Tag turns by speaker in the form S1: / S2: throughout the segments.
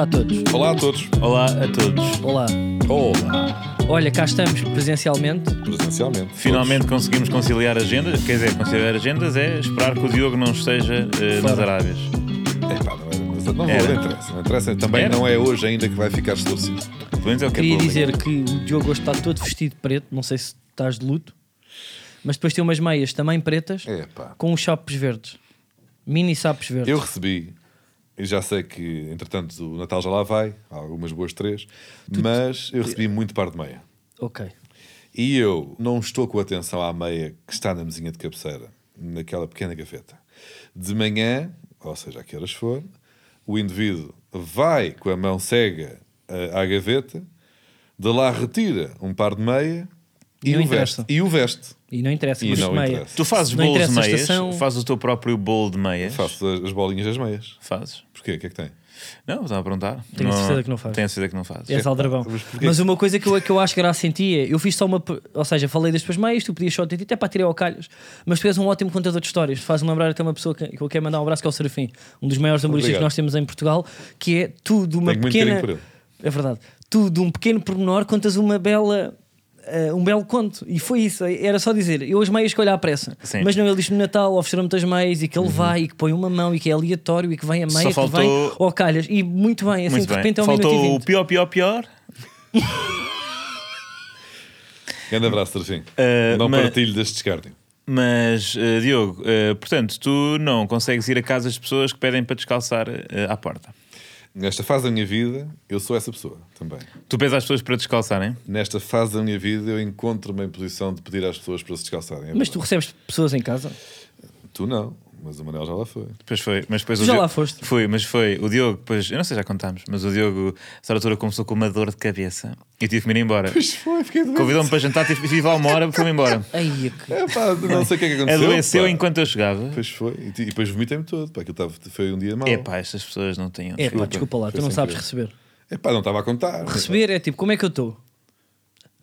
S1: Olá a todos.
S2: Olá a todos.
S3: Olá.
S1: Olá.
S3: Olha, cá estamos presencialmente.
S1: Presencialmente.
S2: Finalmente conseguimos conciliar agendas. Quer dizer, conciliar agendas é esperar que o Diogo não esteja eh, nas Arábias.
S1: Todos. Epá, não, era, mas não, vou,
S2: Era.
S1: não interessa. Não interessa. Também
S2: Era.
S1: não é hoje ainda que vai ficar estabelecido.
S2: Pelo menos é o que é
S3: Queria
S2: público.
S3: dizer que o Diogo hoje está todo vestido de preto, não sei se estás de luto, mas depois tem umas meias também pretas
S1: Epá.
S3: com uns chapos verdes. Mini sapos verdes.
S1: É, Eu recebi, e já sei que entretanto o Natal já lá vai, há algumas boas três, mas eu recebi muito par de meia.
S3: Ok.
S1: E eu não estou com atenção à meia que está na mesinha de cabeceira, naquela pequena gaveta. De manhã, ou seja, a que horas for, o indivíduo vai com a mão cega eh, à gaveta, de lá retira um par de meia e,
S3: Não
S1: o, veste,
S3: interessa.
S1: e o veste.
S3: E não interessa,
S1: E
S3: mas
S1: não
S3: meia.
S1: interessa.
S2: Tu fazes
S3: Não
S2: bolos de
S3: interessa a
S2: meias?
S3: estação.
S2: Fazes o teu próprio bolo de meias?
S1: Faço as, as bolinhas das meias.
S2: Fazes?
S1: Porquê? O que é que tem?
S2: Não, estava a perguntar.
S3: Tenho a
S2: Não-
S3: certeza que não fazes. É assim,
S2: Tenho a certeza que não fazes.
S3: És aldrabão.
S1: mas porquê?
S3: Mas uma coisa que eu, que eu acho graça em ti é: eu fiz só uma. per- Ou seja, falei das tuas meias, tu podias só ter dito, é para tirei ao calhas. Mas tu és um ótimo contador de histórias. Faz-me lembrar até uma pessoa que, que eu quero mandar um abraço, que é o Serafim, um dos maiores humoristas
S1: Obrigado.
S3: que nós temos em Portugal, que é tu de uma
S1: Tenho muito
S3: pequena.
S1: carinho por ele.
S3: É verdade. Tu de um pequeno pormenor contas uma bela. eh, um belo conto, e foi isso. Era só dizer: eu as meias que olho à pressa,
S2: Sim.
S3: mas não. Ele diz-me Natal, ofereceram-me as meias e que ele vai e que põe uma mão e que é aleatório e que vem a
S2: Só
S3: meia, que vem
S2: faltou-
S3: ao calhas, e muito bem. Assim,
S2: Muito
S3: de
S2: bem.
S3: repente é um minuto e
S2: Faltou o
S3: vinte.
S2: pior, pior, pior.
S1: Grande abraço, Serafim.
S2: Eh,
S1: não
S2: mas-
S1: partilho deste descárnio.
S2: Mas, eh, Diogo, eh, portanto, tu não consegues ir a casa das pessoas que pedem para descalçar eh, à porta.
S1: Nesta fase da minha vida, eu sou essa pessoa também.
S2: Tu pedes às pessoas para descalçarem?
S1: Nesta fase da minha vida, eu encontro-me em posição de pedir às pessoas para se descalçarem. É
S3: Mas
S1: verdade.
S3: tu recebes pessoas em casa?
S1: Tu não, mas o Manel já lá foi.
S2: Depois foi, mas depois
S3: Tu
S2: o
S3: já
S2: Diogo-
S3: lá foste?
S2: Fui, mas foi o Diogo, depois, eu não sei, já contámos, mas o Diogo, essa altura começou com uma dor de cabeça e tive que me ir embora.
S1: Pois foi, fiquei doente.
S2: Convidou-me para jantar, tive, tive lá uma hora e fui-me embora.
S3: Ai, é que...
S1: Epá, não sei o que é que aconteceu.
S2: Adoeceu
S1: pá.
S2: enquanto eu chegava.
S1: Depois foi. E ti- e depois vomitei-me todo. Pá, aquilo tava, foi um dia mau.
S2: Epá, estas pessoas não têm.
S3: É,
S2: desculpa.
S3: pá, desculpa lá, tu
S1: Foi
S3: não
S1: sem
S3: sabes
S1: querer.
S3: receber.
S1: Epá, não estava a contar.
S3: Receber é tipo, como é que eu estou?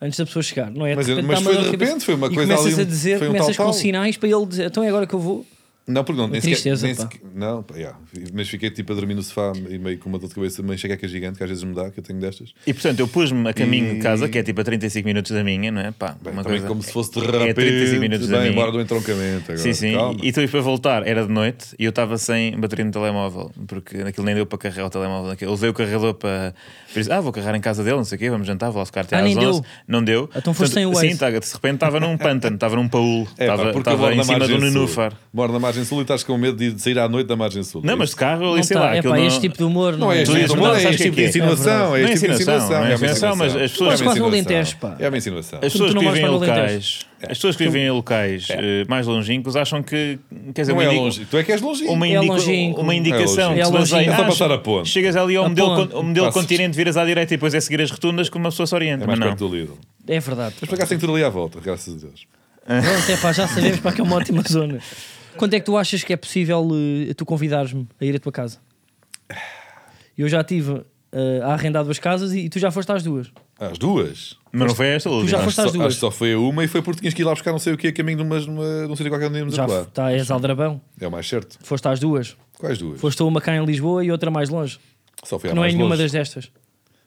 S3: Antes da pessoa chegar, não é?
S1: Mas eu-
S3: repente dá
S1: mas
S3: uma
S1: foi de
S3: dor cabeça.
S1: repente, foi uma
S3: E
S1: coisa
S3: começas
S1: ali, um-
S3: a dizer,
S1: foi um
S3: começas
S1: tal,
S3: com
S1: tal.
S3: sinais para ele dizer, então é agora que eu vou.
S1: Não, porque não. Nem
S3: Tristeza,
S1: sequer, nem
S3: pá.
S1: sequer- não, pá, já. Mas fiquei tipo a dormir no sofá e meio com uma dor de cabeça, uma enxaqueca gigante, que às vezes me dá, que eu tenho destas.
S2: E portanto, eu pus-me a caminho de casa, que é tipo a 35 minutos da minha, não é? Pá,
S1: Bem,
S2: uma
S1: também
S2: coisa-
S1: como se fosse de
S2: É
S1: repente.
S2: 35 minutos da
S1: bem,
S2: minha.
S1: embora do entroncamento agora.
S2: Sim, sim.
S1: Calma.
S2: E depois para voltar era de noite e eu estava sem bateria no telemóvel, porque aquilo nem deu para carregar o telemóvel. naquele- Eu levei o carregador para. para dizer, ah, vou carregar em casa dele, não sei o quê, vamos jantar, vou lá ficar até
S3: Ah,
S2: às
S3: nem
S2: 11.
S3: deu.
S2: Não deu.
S3: Então foste
S2: Portanto,
S3: sem o
S2: Sim,
S3: Waze.
S2: tá- de repente estava num pântano, estava num paul,
S1: É, pá,
S2: estava
S1: porque eu
S2: estava
S1: moro
S2: em
S1: na
S2: cima do
S1: Margem Sul.
S2: nenúfar.
S1: Moro na margem sul e estás com medo de sair à noite da margem sul.
S2: Não, mas de carro ali,
S3: Não
S2: sei
S3: tá,
S2: lá.
S3: é
S2: aquilo
S3: pá,
S2: não-
S3: este tipo de humor.
S1: Não é este
S2: Tu
S1: tipo
S2: dizes,
S1: de
S2: não,
S1: humor, é
S2: sabes
S1: este
S2: o
S1: tipo
S2: que
S1: de
S2: é que é?
S1: insinuação.
S2: Não
S1: É
S2: é
S1: este tipo de
S2: insinuação,
S1: insinuação.
S2: não é
S1: uma
S2: insinuação,
S1: insinuação.
S2: mas as pessoas-
S1: É uma
S3: Mas quase no
S1: insinuação.
S3: Alentejo, pá.
S1: É uma insinuação.
S2: As
S3: tu
S2: pessoas que
S3: não vais
S2: vivem em
S3: para o Alentejo.
S2: locais,
S1: É.
S2: as pessoas que vivem em locais eh, mais longínquos acham que quer dizer,
S1: Não
S2: uma
S1: é
S2: indi-
S1: longe. Tu é que és longe.
S2: uma,
S3: É
S2: indica-
S3: longínquo.
S2: uma indicação
S1: É
S2: que se
S3: longínquo.
S2: baseia-
S3: É
S1: só
S2: Ah,
S1: passar a ponte.
S2: Chegas ali ao
S3: A
S2: modelo,
S3: ponte.
S2: con- ao modelo
S1: Passas.
S2: continente, viras à direita e depois é seguir as rotundas que uma pessoa se orienta.
S1: É mais
S2: mas não.
S1: perto do Lidl.
S3: É verdade.
S1: Mas para cá tem tudo ali à volta, graças a Deus.
S3: Pronto, é pá, já sabemos para que é uma ótima zona. Quando é que tu achas que é possível eh, tu convidares-me a ir à tua casa? Eu já estive eh, a arrendar duas casas e, e tu já foste às duas.
S1: Às Ah, duas.
S2: Mas não foi esta, Lúcio.
S3: já
S1: Acho
S3: foste
S1: só-
S3: às duas.
S1: Acho que só foi a uma e foi porque tinhas que ir lá buscar não sei o que a caminho de, umas, numa, de um sítio qualquer onde íamos
S3: Já
S1: atuar.
S3: tá, és aldrabão.
S1: É o mais certo.
S3: Foste às duas.
S1: Quais duas?
S3: Foste a uma cá em Lisboa e outra mais longe.
S1: Só foi
S3: Que
S1: a
S3: não é
S1: mais
S3: nenhuma
S1: longe.
S3: das destas.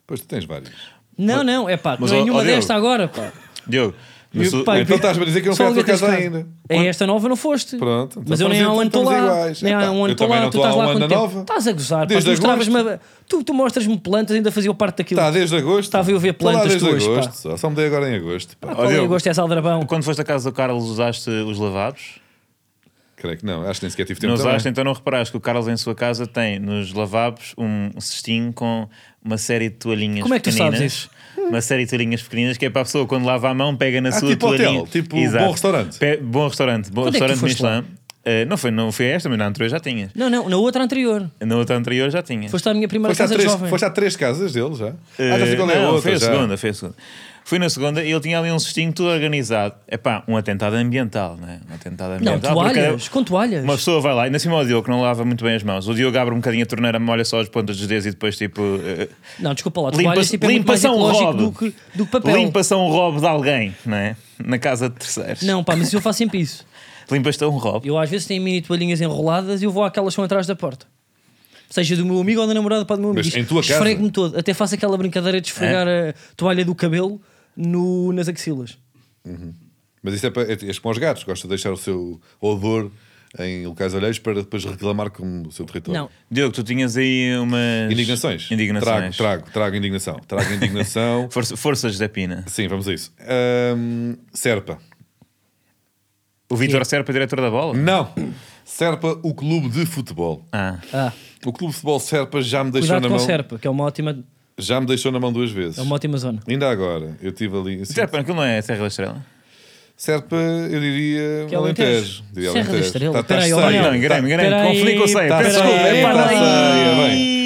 S1: Pois tu tens várias.
S3: Não, não, é pá, que
S2: Mas,
S3: não é
S2: ó- ó,
S3: nenhuma
S2: Diogo.
S3: desta agora, pá.
S2: Diogo, mas tu-
S3: Pá,
S1: então estás-me a dizer que eu não
S3: só
S1: fui à tua
S3: alguém tens
S1: casa
S3: casa.
S1: ainda.
S3: É esta nova, não foste.
S1: Pronto, então
S3: Mas eu nem há
S1: estamos-
S3: um ano estou
S1: estamos
S3: lá.
S1: iguais.
S3: Nem há um
S1: Epá,
S3: ano
S1: eu
S3: estou
S1: também não
S3: lá, tu
S1: estou há
S3: estás
S1: um
S3: lá
S1: ano
S3: há quanto
S1: na
S3: tempo.
S1: nova.
S3: Estás a gozar, pá,
S1: Desde
S3: tu mostravas-me.
S1: agosto. Tá,
S3: a- Tu, tu mostras-me plantas, ainda fazia parte daquilo.
S1: Está desde agosto.
S3: Estava eu a ver
S1: Estou lá
S3: plantas
S1: desde
S3: tuas, pá.
S1: agosto. Só, só me dei agora em agosto. Pá.
S2: Ó,
S3: Olha, eu
S2: Diogo,
S3: gosto é aldrabão.
S2: quando foste à casa do Carlos, usaste os lavados?
S1: Creio que não. Acho que nem sequer tive tempo.
S2: Não
S1: também.
S2: usaste, então não reparaste que o Carlos em sua casa tem nos lavabos um cestinho com uma série de toalhinhas
S3: Como é que tu
S2: pequeninas.
S3: sabes isso?
S2: Uma série de toalhinhas pequeninas que é para a pessoa quando lava a mão, pega na
S1: Ah,
S2: sua
S1: tipo
S2: toalhinha.
S1: hotel, tipo bom restaurante.
S2: Pe- bom restaurante, bom
S3: Quando é que tu
S2: restaurante
S3: foste lá?
S2: Michelin. Eh, não foi, não foi esta, mas na anterior já tinhas.
S3: Não, não, na outra anterior.
S2: Na outra anterior já tinhas.
S3: Foste à minha primeira
S1: Foste a,
S3: casa de
S1: três,
S3: jovem.
S1: foste a três casas dele já? ah, já sei qual é
S2: Eh,
S1: a
S2: não,
S1: outra,
S2: foi a
S1: já.
S2: segunda, foi a segunda. Fui na segunda e ele tinha ali um cestinho tudo organizado. É pá, um atentado ambiental, não é? Um atentado
S3: Não,
S2: ambiental. porque é-
S3: toalhas, com toalhas.
S2: Uma pessoa vai lá, ainda assim o Diogo que não lava muito bem as mãos. O Diogo abre um bocadinho a torneira, molha só as pontas dos dedos e depois tipo. eh, um
S3: Não, desculpa lá,
S2: Limpa,
S3: toalhas tipo, é muito
S2: limpa
S3: mais
S2: São
S3: ecológico
S2: Rob.
S3: do que, do que papel.
S2: Limpa São Rob um de alguém, não é? Na casa de terceiros. um
S3: Não, pá, mas eu faço sempre isso.
S2: Limpas São Rob.
S3: Eu às vezes tenho mini toalhinhas enroladas e eu vou àquelas que são atrás da porta. Seja do meu amigo ou da namorada para do meu amigo.
S1: Mas em tua casa?
S3: Esfrego-me todo. Até faço aquela brincadeira de esfregar
S2: É?
S3: a toalha do cabelo no, nas axilas.
S1: Mas isso é, para, é, é como os gatos, gosta de deixar o seu odor em locais alheios para depois reclamar com o seu território.
S3: Não.
S2: Diogo, tu tinhas aí umas.
S1: Indignações. Trago,
S2: Indignações.
S1: trago, trago indignação. Trago indignação.
S2: Força- forças da Pina.
S1: Sim, vamos a isso. Ahm, Serpa.
S2: O Vitor Serpa, diretor da bola?
S1: Não! Serpa, o clube de futebol.
S2: Ah,
S3: Ah,
S1: O clube de futebol Serpa já me deixou
S3: cuidado
S1: na
S3: com a
S1: mão.
S3: Serpa, que é uma ótima,
S1: Já me deixou na mão duas vezes.
S3: é uma ótima zona.
S1: Ainda agora, eu tive ali. assim,
S2: Serpa, aquilo não é Serra da Estrela?
S1: Serpa, eu diria.
S3: Que é Alentejo.
S1: Alentejo. Diria
S3: Serra da
S1: Alentejo.
S3: Estrela.
S1: Tá- tá
S3: Peraí,
S1: cheio.
S3: Olha,
S2: Não,
S3: Daniel,
S1: Tá-
S2: enganei, enganei.
S3: peraí,
S2: Conflito com Serpa.
S1: tá-
S2: Peço
S1: peraí,
S2: desculpa. é Epá,
S1: peraí.
S2: sei.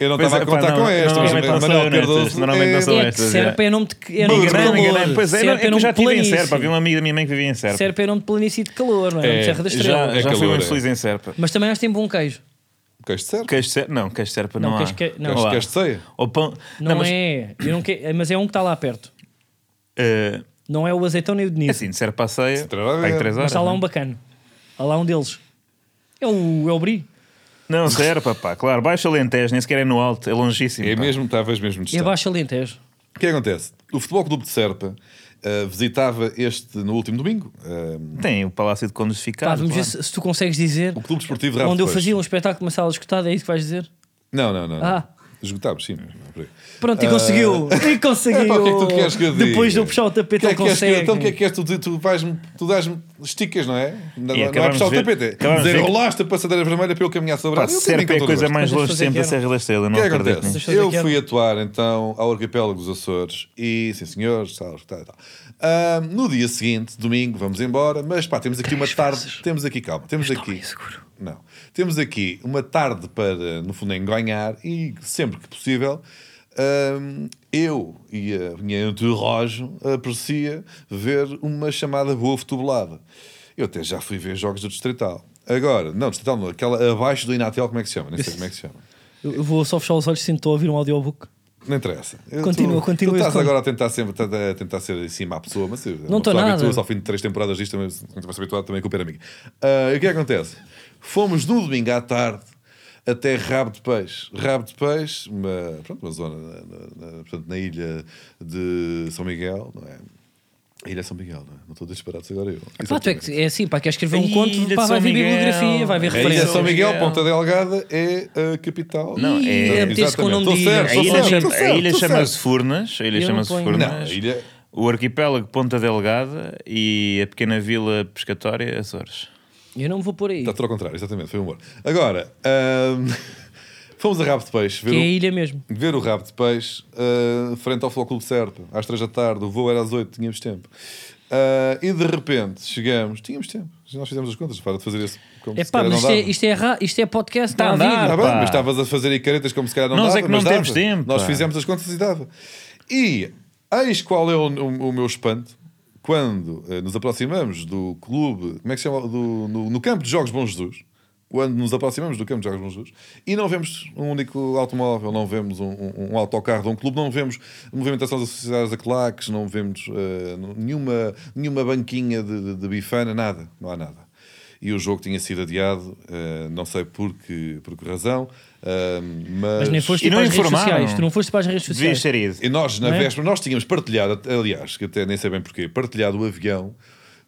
S1: Eu não
S2: Pois
S1: estava a
S2: é, pá,
S1: contar
S2: não-
S1: com esta, mas
S2: Normalmente não
S1: Manuel
S2: são
S1: Cardoso
S2: netas. Normalmente não
S1: é-
S2: são
S3: É que
S2: estas.
S3: Serpa é nome de, é nome de
S2: Enganei,
S3: calor.
S2: enganei. Pois é, não, é
S3: Serpa
S2: que eu
S3: nome
S2: já
S3: de
S2: estive em
S3: planície.
S2: Serpa. Havia uma amiga minha mãe que vivia em Serpa.
S3: um Serpa é nome de planície e de calor, não é? Nome de Serra da Estrela.
S2: Já,
S1: É
S2: já fui
S1: calor,
S2: muito
S1: é.
S2: feliz em Serpa.
S3: Mas também acho que tem bom queijo.
S1: Queijo de Serpa.
S2: Queijo de Serpa? Não, queijo de Serpa
S3: Não,
S2: não, há.
S3: queijo que- não.
S1: Queijo-
S2: há.
S1: queijo de ceia.
S2: Ou pão...
S3: Não,
S2: mas,
S3: é. Eu não que- Mas é um que está lá perto.
S2: eh,
S3: Não é o azeitão nem o de
S2: é
S3: Niso.
S2: assim, de Serpa à ceia,
S1: terá a ver.
S2: pega 3
S1: Mas
S2: horas.
S3: mas está lá
S2: não é?
S3: um bacano. Há lá um deles. É o, é o Bri.
S2: Não, Serpa, pá, claro. Baixo Alentejo, nem sequer é no alto, é longíssimo.
S1: É
S2: pá.
S1: mesmo, talvez mesmo
S3: É
S1: distante.
S3: baixo Alentejo.
S1: O que é que acontece? O Futebol Clube de Serpa ah, visitava este no último domingo. ah,
S2: Tem o Palácio de Condos
S3: Pá,
S1: Tá,
S2: ficado.
S3: Tá, vamos ver se,
S2: claro.
S3: se tu consegues dizer
S1: o Clube Desportivo Rabo
S3: onde eu
S1: de Foz.
S3: fazia um espetáculo numa sala escutada. É isso que vais dizer?
S1: Não, não, não. não.
S3: Ah.
S1: Esgotámos, sim. não, por aí.
S3: Pronto, e conseguiu! E conseguiu!
S1: Epá, Ah. o que é que tu queres que eu diga?
S3: Depois de eu puxar o tapete,
S1: Que é
S3: ele
S1: que queres que-
S3: consegue.
S1: Então o que é que queres? Tu, tu, vais-me- tu dás-me esticas, não é? Não, não é
S2: acabámos
S1: puxar o
S2: de ver-
S1: tapete. é
S2: acabámos de ver
S1: Dizer,
S2: que-
S1: rolaste a passadeira vermelha para eu caminhar sobre
S2: Pá,
S1: ela. Eu
S2: Serpa
S1: caminho
S2: é a
S1: com todo o
S2: coisa
S1: gosto.
S2: mais
S3: Quantas
S2: longe
S3: pessoas é
S2: sempre da
S3: que eram?
S2: Serra da Estrela,
S1: O
S2: não
S1: que é que
S2: acredito
S1: acontece?
S2: nisso.
S3: Deixa eu ver
S1: Eu
S3: aqui,
S1: fui atuar então ao arquipélago dos Açores e, sim senhores, tal, tal, tal. Ah, no dia seguinte, domingo, vamos embora, mas pá, temos aqui uma tarde. Temos aqui, calma, temos aqui. Não. Temos aqui uma tarde para, no fundo, enganhar e sempre que possível. ah, eu e a minha entourage aprecia ver uma chamada boa futebolada. Eu até já fui ver jogos do Distrital. Agora, não, Distrital não, aquela abaixo do Inatel, como é que se chama? Nem sei como é que se chama.
S3: Eu eu vou só fechar os olhos sinto estou a ouvir um audiobook.
S1: Não interessa. Eu
S3: Continua,
S1: tu,
S3: continua
S1: Tu estás
S3: isso.
S1: agora a tentar, sempre, a a tentar ser em cima à pessoa, mas eu-
S3: Não
S1: uma
S3: tô
S1: pessoa
S3: nada.
S1: habitua-se ao fim de três temporadas disto, também não estivesse habituado também a culpa era minha. Ah, e o que é que acontece? Fomos no domingo à tarde até Rabo de Peixe. Rabo de Peixe, uma, pronto, uma zona na, na- na- portanto, na ilha de São Miguel, não é? A ilha de São Miguel, não é? Não estou desesperado agora eu.
S3: Pá, tu é, que- é assim, pá, quer escrever um
S2: Ilha
S3: conto,
S2: de
S3: pá,
S2: São
S3: vai ver
S2: Miguel.
S3: bibliografia, vai ver
S1: A ilha de
S3: referências.
S1: São Miguel,
S2: Miguel.
S1: Ponta Delgada, é a capital.
S2: Não, é-
S1: Exatamente.
S3: É meter-se com o nome
S1: Estou
S3: de ilha.
S1: certo,
S2: A
S1: estou
S2: ilha
S1: certo,
S2: chama-
S1: estou
S2: a
S1: certo,
S2: ilha
S1: estou
S2: chama-se Furnas, a ilha
S3: Eu não
S2: chama-se
S3: ponho.
S1: certo. Não, a
S2: Furnas.
S1: ilha.
S2: O arquipélago Ponta Delgada e a pequena vila pescatória Açores.
S3: Eu não me vou por aí.
S1: Está tudo ao contrário, exatamente, foi um humor. Agora, ahm, fomos a Rabo de Peixe
S3: Que é a
S1: ver,
S3: ilha mesmo.
S1: o, ver o Rabo de Peixe ah, frente ao Futebol Clube de Serpa, às três da tarde, o voo era às oito tínhamos tempo. Ah, e de repente chegamos, tínhamos tempo, nós fizemos as contas, para de fazer isso. Como
S3: É
S1: se
S3: pá,
S1: calhar
S3: mas
S1: não Tá,
S3: isto é,
S1: dava.
S3: isto, é ra- isto é podcast, está a
S2: a dar.
S1: Está
S3: vida.
S1: bem,
S2: pá.
S1: mas estavas a fazer aí caretas como se calhar não
S2: Nós
S1: dava.
S2: é que não
S1: mas dava.
S2: temos tempo,
S1: Nós
S2: pá.
S1: fizemos as contas e dava. E eis qual é o, o- o meu espanto quando eh, nos aproximamos do clube, como é que se chama? Do, no, no campo de Jogos Bom Jesus. Quando nos aproximamos do campo de Jogos Bom Jesus e não vemos um único automóvel, não vemos um, um- um autocarro de um clube, não vemos movimentação das sociedades a claques, não vemos eh, nenhuma, nenhuma banquinha de, de, de bifana, nada, não há nada e o jogo tinha sido adiado, eh, não sei por que, por que razão, eh, mas,
S3: Mas nem foste
S2: E não
S3: para as redes
S2: informaram.
S3: sociais. Tu não foste para as redes
S2: Devias
S3: sociais.
S2: ter ido.
S1: E nós, na
S3: Não é?
S1: véspera, nós tínhamos partilhado, aliás, que até nem sei bem porquê, partilhado o avião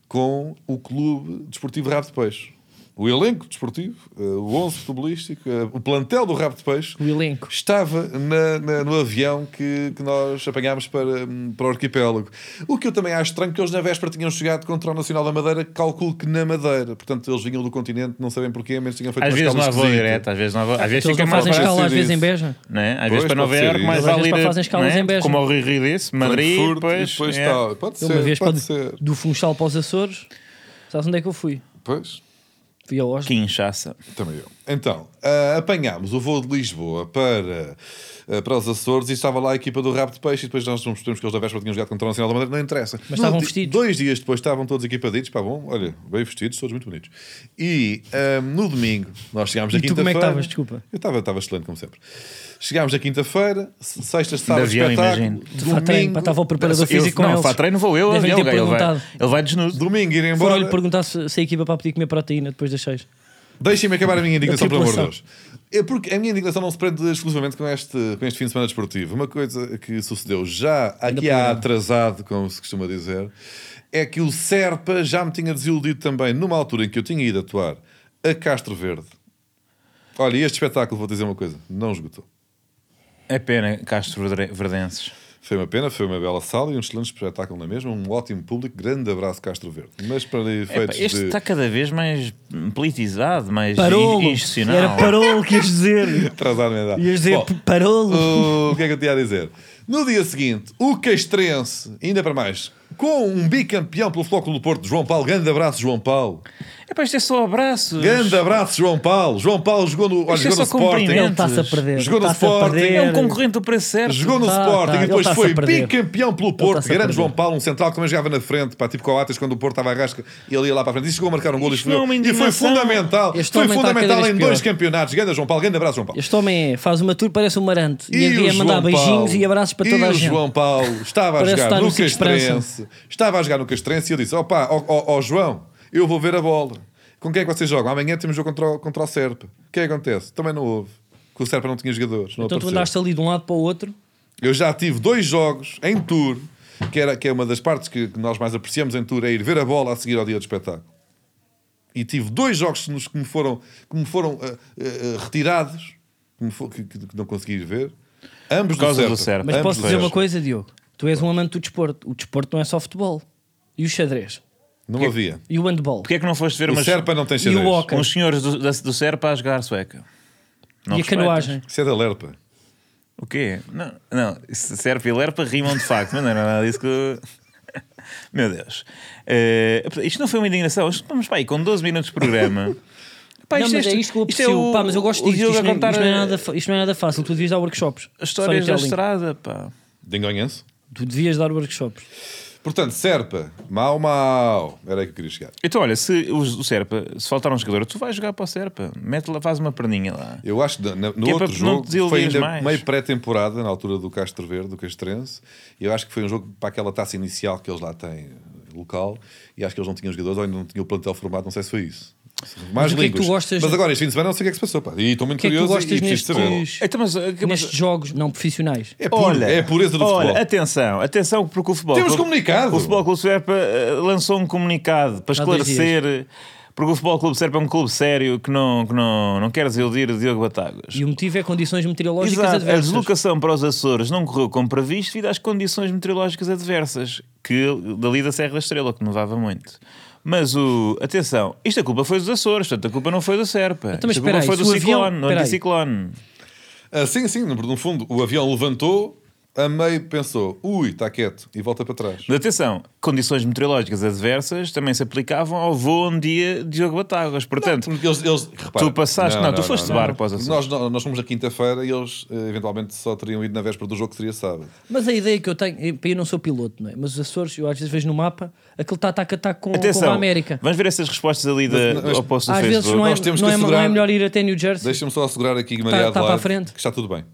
S1: com o Clube Desportivo Rabo de Peixe. O elenco desportivo, eh, o 11 futebolístico, eh, o plantel do Rabo de Peixe,
S3: O elenco.
S1: estava na- na- no avião que, que nós apanhámos para, hum, para o arquipélago. O que eu também acho estranho, porque eles na véspera tinham chegado contra o Nacional da Madeira, calculo que na Madeira. Portanto, eles vinham do continente, não sabem porquê, mas tinham feito
S2: Às
S1: uma
S2: vezes não
S1: escala
S2: há voo
S1: esquisita.
S2: direto, às vezes não há voo. Às vezes
S3: Então Eles
S2: fica
S3: não
S2: mais
S3: fazem
S1: parece
S3: escala às
S1: ser
S3: vezes em
S1: isso.
S3: Beja.
S2: não é? Às
S1: Pois,
S2: vezes para
S1: pode
S2: Nova
S1: ser
S2: Iorque,
S1: isso.
S2: mais
S3: Mas às
S2: vale
S3: vezes
S2: ir
S3: fazem
S2: não
S3: escalas
S2: é?
S3: em Beja.
S2: Como ao Rio Rilice, Madrid,
S1: Frankfurt,
S2: depois,
S1: e depois
S2: é.
S1: tal. Pode
S3: Eu uma
S1: ser,
S3: vez
S1: pode
S3: para-
S1: ser.
S3: do Funchal para os Açores. Sabes onde é que eu fui?
S1: Pois.
S3: Fui ao Oslo.
S2: Que inchaça.
S1: Também eu. Então, ah, apanhámos o voo de Lisboa para, ah, para os Açores e estava lá a equipa do Rabo de Peixe e depois nós não percebemos que eles da véspera tinham jogado contra o Nacional da Madeira, não interessa.
S3: Mas estavam
S1: No di-
S3: vestidos.
S1: Dois dias depois estavam todos equipaditos, pá bom, olha, bem vestidos, todos muito bonitos. E ah, no domingo, nós chegámos na
S3: E tu como é que
S1: quinta-feira.
S3: estavas? Desculpa.
S1: Eu estava estava excelente, como sempre. Chegámos na quinta-feira, se- sexta, sábado,
S2: avião,
S1: espetáculo.
S2: imagino.
S3: De Fatrein, pá, estava o preparador
S2: Eu-
S3: físico com
S2: não,
S3: eles.
S2: Fatrei não vou eu,
S3: Devem
S2: avião,
S3: ter
S2: o gajo, ele vai,
S3: perguntado.
S2: ele vai desnudo.
S1: Domingo ir embora.
S3: Foram-lhe perguntar se, se a equipa para podia comer proteína depois das seis.
S1: Deixem-me acabar a minha indignação,
S3: A
S1: pelo amor de
S3: tripulação.
S1: Deus. É porque a minha indignação não se prende exclusivamente com este, com este fim de semana desportivo. Uma coisa que sucedeu já aqui há atrasado, como se costuma dizer, é que o Serpa já me tinha desiludido também numa altura em que eu tinha ido atuar a Castro Verde. Olha, e este espetáculo, vou dizer uma coisa, não esgotou.
S2: É pena, Castro Verde- Verdenses.
S1: Foi uma pena, foi uma bela sala e um excelente espetáculo na mesma, um ótimo público, grande abraço Castro Verde. Mas para
S2: Epá,
S1: efeitos
S2: este
S1: de...
S2: está cada vez mais politizado, mais
S3: Parolo!
S2: in- institucional.
S3: Era parolo que ias dizer.
S1: atrasado na idade.
S3: Ias dizer
S1: Bom,
S3: p- parolo.
S1: O que é que eu tinha a dizer? No dia seguinte, o Castrense, ainda para mais, com um bicampeão pelo Flóculo do Porto, João Paulo. Grande abraço, João Paulo.
S2: Epá, isto é só abraços.
S1: Grande abraço, João Paulo. João Paulo jogou no, olha,
S2: Isto é
S1: jogou no
S2: só cumprimento.
S1: Sporting.
S3: Ele está-se a perder.
S1: Jogou no
S3: está-se a
S1: Sporting.
S3: perder.
S2: É um concorrente do preço certo.
S1: Jogou no
S3: Tá,
S1: Sporting
S3: tá,
S1: e depois
S3: ele tá-se a
S1: foi
S3: perder.
S1: bicampeão pelo Porto.
S3: tá-se a
S1: Grande
S3: perder.
S1: João Paulo, um central que também jogava na frente, pá, tipo Coates, quando o Porto estava à rasca, ele ia lá para a frente e chegou a marcar um gol e
S2: Isto não é
S1: escolheu.
S2: uma
S1: E foi
S2: indignação.
S1: fundamental.
S3: Este
S1: Foi
S3: homem está cada
S1: fundamental
S3: vez
S1: em
S3: pior.
S1: dois campeonatos. Grande João Paulo, grande abraço, João Paulo.
S3: Este homem é, faz uma tour, parece um marante. E,
S1: E
S3: havia
S1: o
S3: mandar
S1: João
S3: beijinhos
S1: Paulo-
S3: e abraços para
S1: e
S3: toda a
S1: o
S3: gente.
S1: João Paulo estava a
S3: Parece
S1: jogar
S3: estar
S1: no
S3: no Sítio Esperança.
S1: Castrense. Estava a jogar no Castrense e eu disse: opá, ó ó, ó, João, eu vou ver a bola. Com quem é que vocês jogam? Amanhã temos jogo contra o, contra o Serpa. O que é que acontece? Também não houve. Que o Serpa não tinha jogadores. Não
S3: Então tu
S1: apareceu.
S3: andaste ali de um lado para o outro.
S1: Eu já tive dois jogos em tour, que, era, que é uma das partes que, que nós mais apreciamos em tour, é ir ver a bola a seguir ao dia do espetáculo. E tive dois jogos que, nos- que me foram, que me foram ah, ah, ah, retirados, que, me fo- que- que- que não consegui ir ver. Ambos
S2: Por causa
S1: do
S2: do
S1: Serpa.
S2: Serpa.
S3: Mas
S1: Ambos
S3: posso
S1: do
S3: dizer
S1: Serpa.
S3: uma coisa, Diogo? Tu és um amante do desporto. O desporto não é só futebol. E o xadrez.
S1: Não havia.
S3: E o handball.
S2: Porquê é que não foste ver
S1: O
S2: umas,
S1: Serpa não tem
S3: E o
S1: xadrez.
S3: Oca.
S2: uns senhores do, da- do Serpa a jogar sueca?
S3: E
S2: Não
S3: a
S2: respeitas?
S3: canoagem.
S1: Isso é da Lerpa.
S2: O quê? Não, não isso- Serpa e Lerpa rimam de facto, mas não era nada disso que. eu- Meu Deus. Eh, isto não foi uma indignação. Isto, vamos para aí, com 12 minutos de programa. Pá,
S3: não, mas
S2: este-
S3: é isto que eu
S2: isto é
S3: aprecio.
S2: o-
S3: pá, mas eu gosto
S2: o
S3: disto.
S2: Diogo
S3: Isto,
S2: a
S3: nem-
S2: contar
S3: isto não é
S2: a-
S3: nada, fa- isto não é nada fácil. Tu devias dar workshops.
S2: As histórias da
S3: Storytelling.
S2: estrada, pá.
S1: De Engonhense.
S3: Tu devias dar workshops.
S1: Portanto, Serpa, mau, mau. Era aí que eu queria chegar.
S2: Então, olha, se os- o Serpa, se faltar um jogador, tu vais jogar para o Serpa. Mete lá, faz uma perninha lá.
S1: Eu acho que na- no
S2: Que é
S1: outro
S2: para não
S1: jogo
S2: te desiludires
S1: foi ainda
S2: mais.
S1: meio pré-temporada, na altura do Castro Verde, do Castrense, e eu acho que foi um jogo para aquela taça inicial que eles lá têm eh, local, e acho que eles não tinham jogadores ou ainda não tinham o plantel formado, não sei se foi isso.
S3: Mas
S1: Mais
S3: o que é que
S1: línguas.
S3: tu gostas-
S1: Mas agora, este fim de semana, não sei o que é que se passou. Pá. E estou muito
S3: O que é que tu
S1: curioso e
S3: gostas
S1: preciso saber.
S3: nestes,
S2: Então, mas, mas- eh,
S3: nestes jogos não profissionais?
S1: É, puro, é a pureza do
S2: olha,
S1: futebol.
S2: atenção, atenção, porque o futebol.
S1: Temos
S2: Clube-
S1: comunicado.
S2: O Futebol Clube Serpa eh, lançou um comunicado para
S3: Há dois
S2: esclarecer. eh, Porque o Futebol Clube Serpa é um clube sério que não, que não, não quer desiludir o Diogo Batagas.
S3: E o motivo é condições meteorológicas
S2: Exato. é A
S3: adversas.
S2: deslocação para os Açores não correu como previsto devido às condições meteorológicas adversas, que dali da Serra da Estrela, que nevava muito. Mas o. Atenção, isto a culpa foi dos Açores, portanto a culpa não foi do Serpa.
S3: Então, mas
S2: Isto a
S3: espera
S2: culpa
S3: aí,
S2: foi do
S3: se o avião-
S2: ciclone, é do
S3: espera aí.
S2: anticiclone.
S1: Ah, sim, sim, no, no fundo, o avião levantou, a meio pensou, ui, está quieto, e volta para trás.
S2: Mas atenção, condições meteorológicas adversas também se aplicavam ao voo um dia de Diogo Batagas. Portanto,
S1: Eles, eles- repara,
S2: tu passaste. Não, tu foste de barco para os Açores.
S1: Nós, nós fomos na quinta-feira e eles eh, eventualmente só teriam ido na véspera do jogo que seria sábado.
S3: Mas a ideia que eu tenho, eu- eu não sou piloto, não é? Mas os Açores, eu às vezes vejo no mapa, aquele tá tac tá com, com
S2: Atenção,
S3: a América.
S2: vamos ver essas respostas ali da,
S1: Mas-
S2: do ao post do
S3: Às
S2: Facebook.
S3: vezes não é,
S1: Nós temos que
S3: não, é, não é
S1: assegurar-
S3: melhor ir até New Jersey.
S1: Deixa-me só assegurar aqui que Maria
S3: Tá- tá
S1: Adelaide.
S3: para a frente.
S1: Que está tudo bem.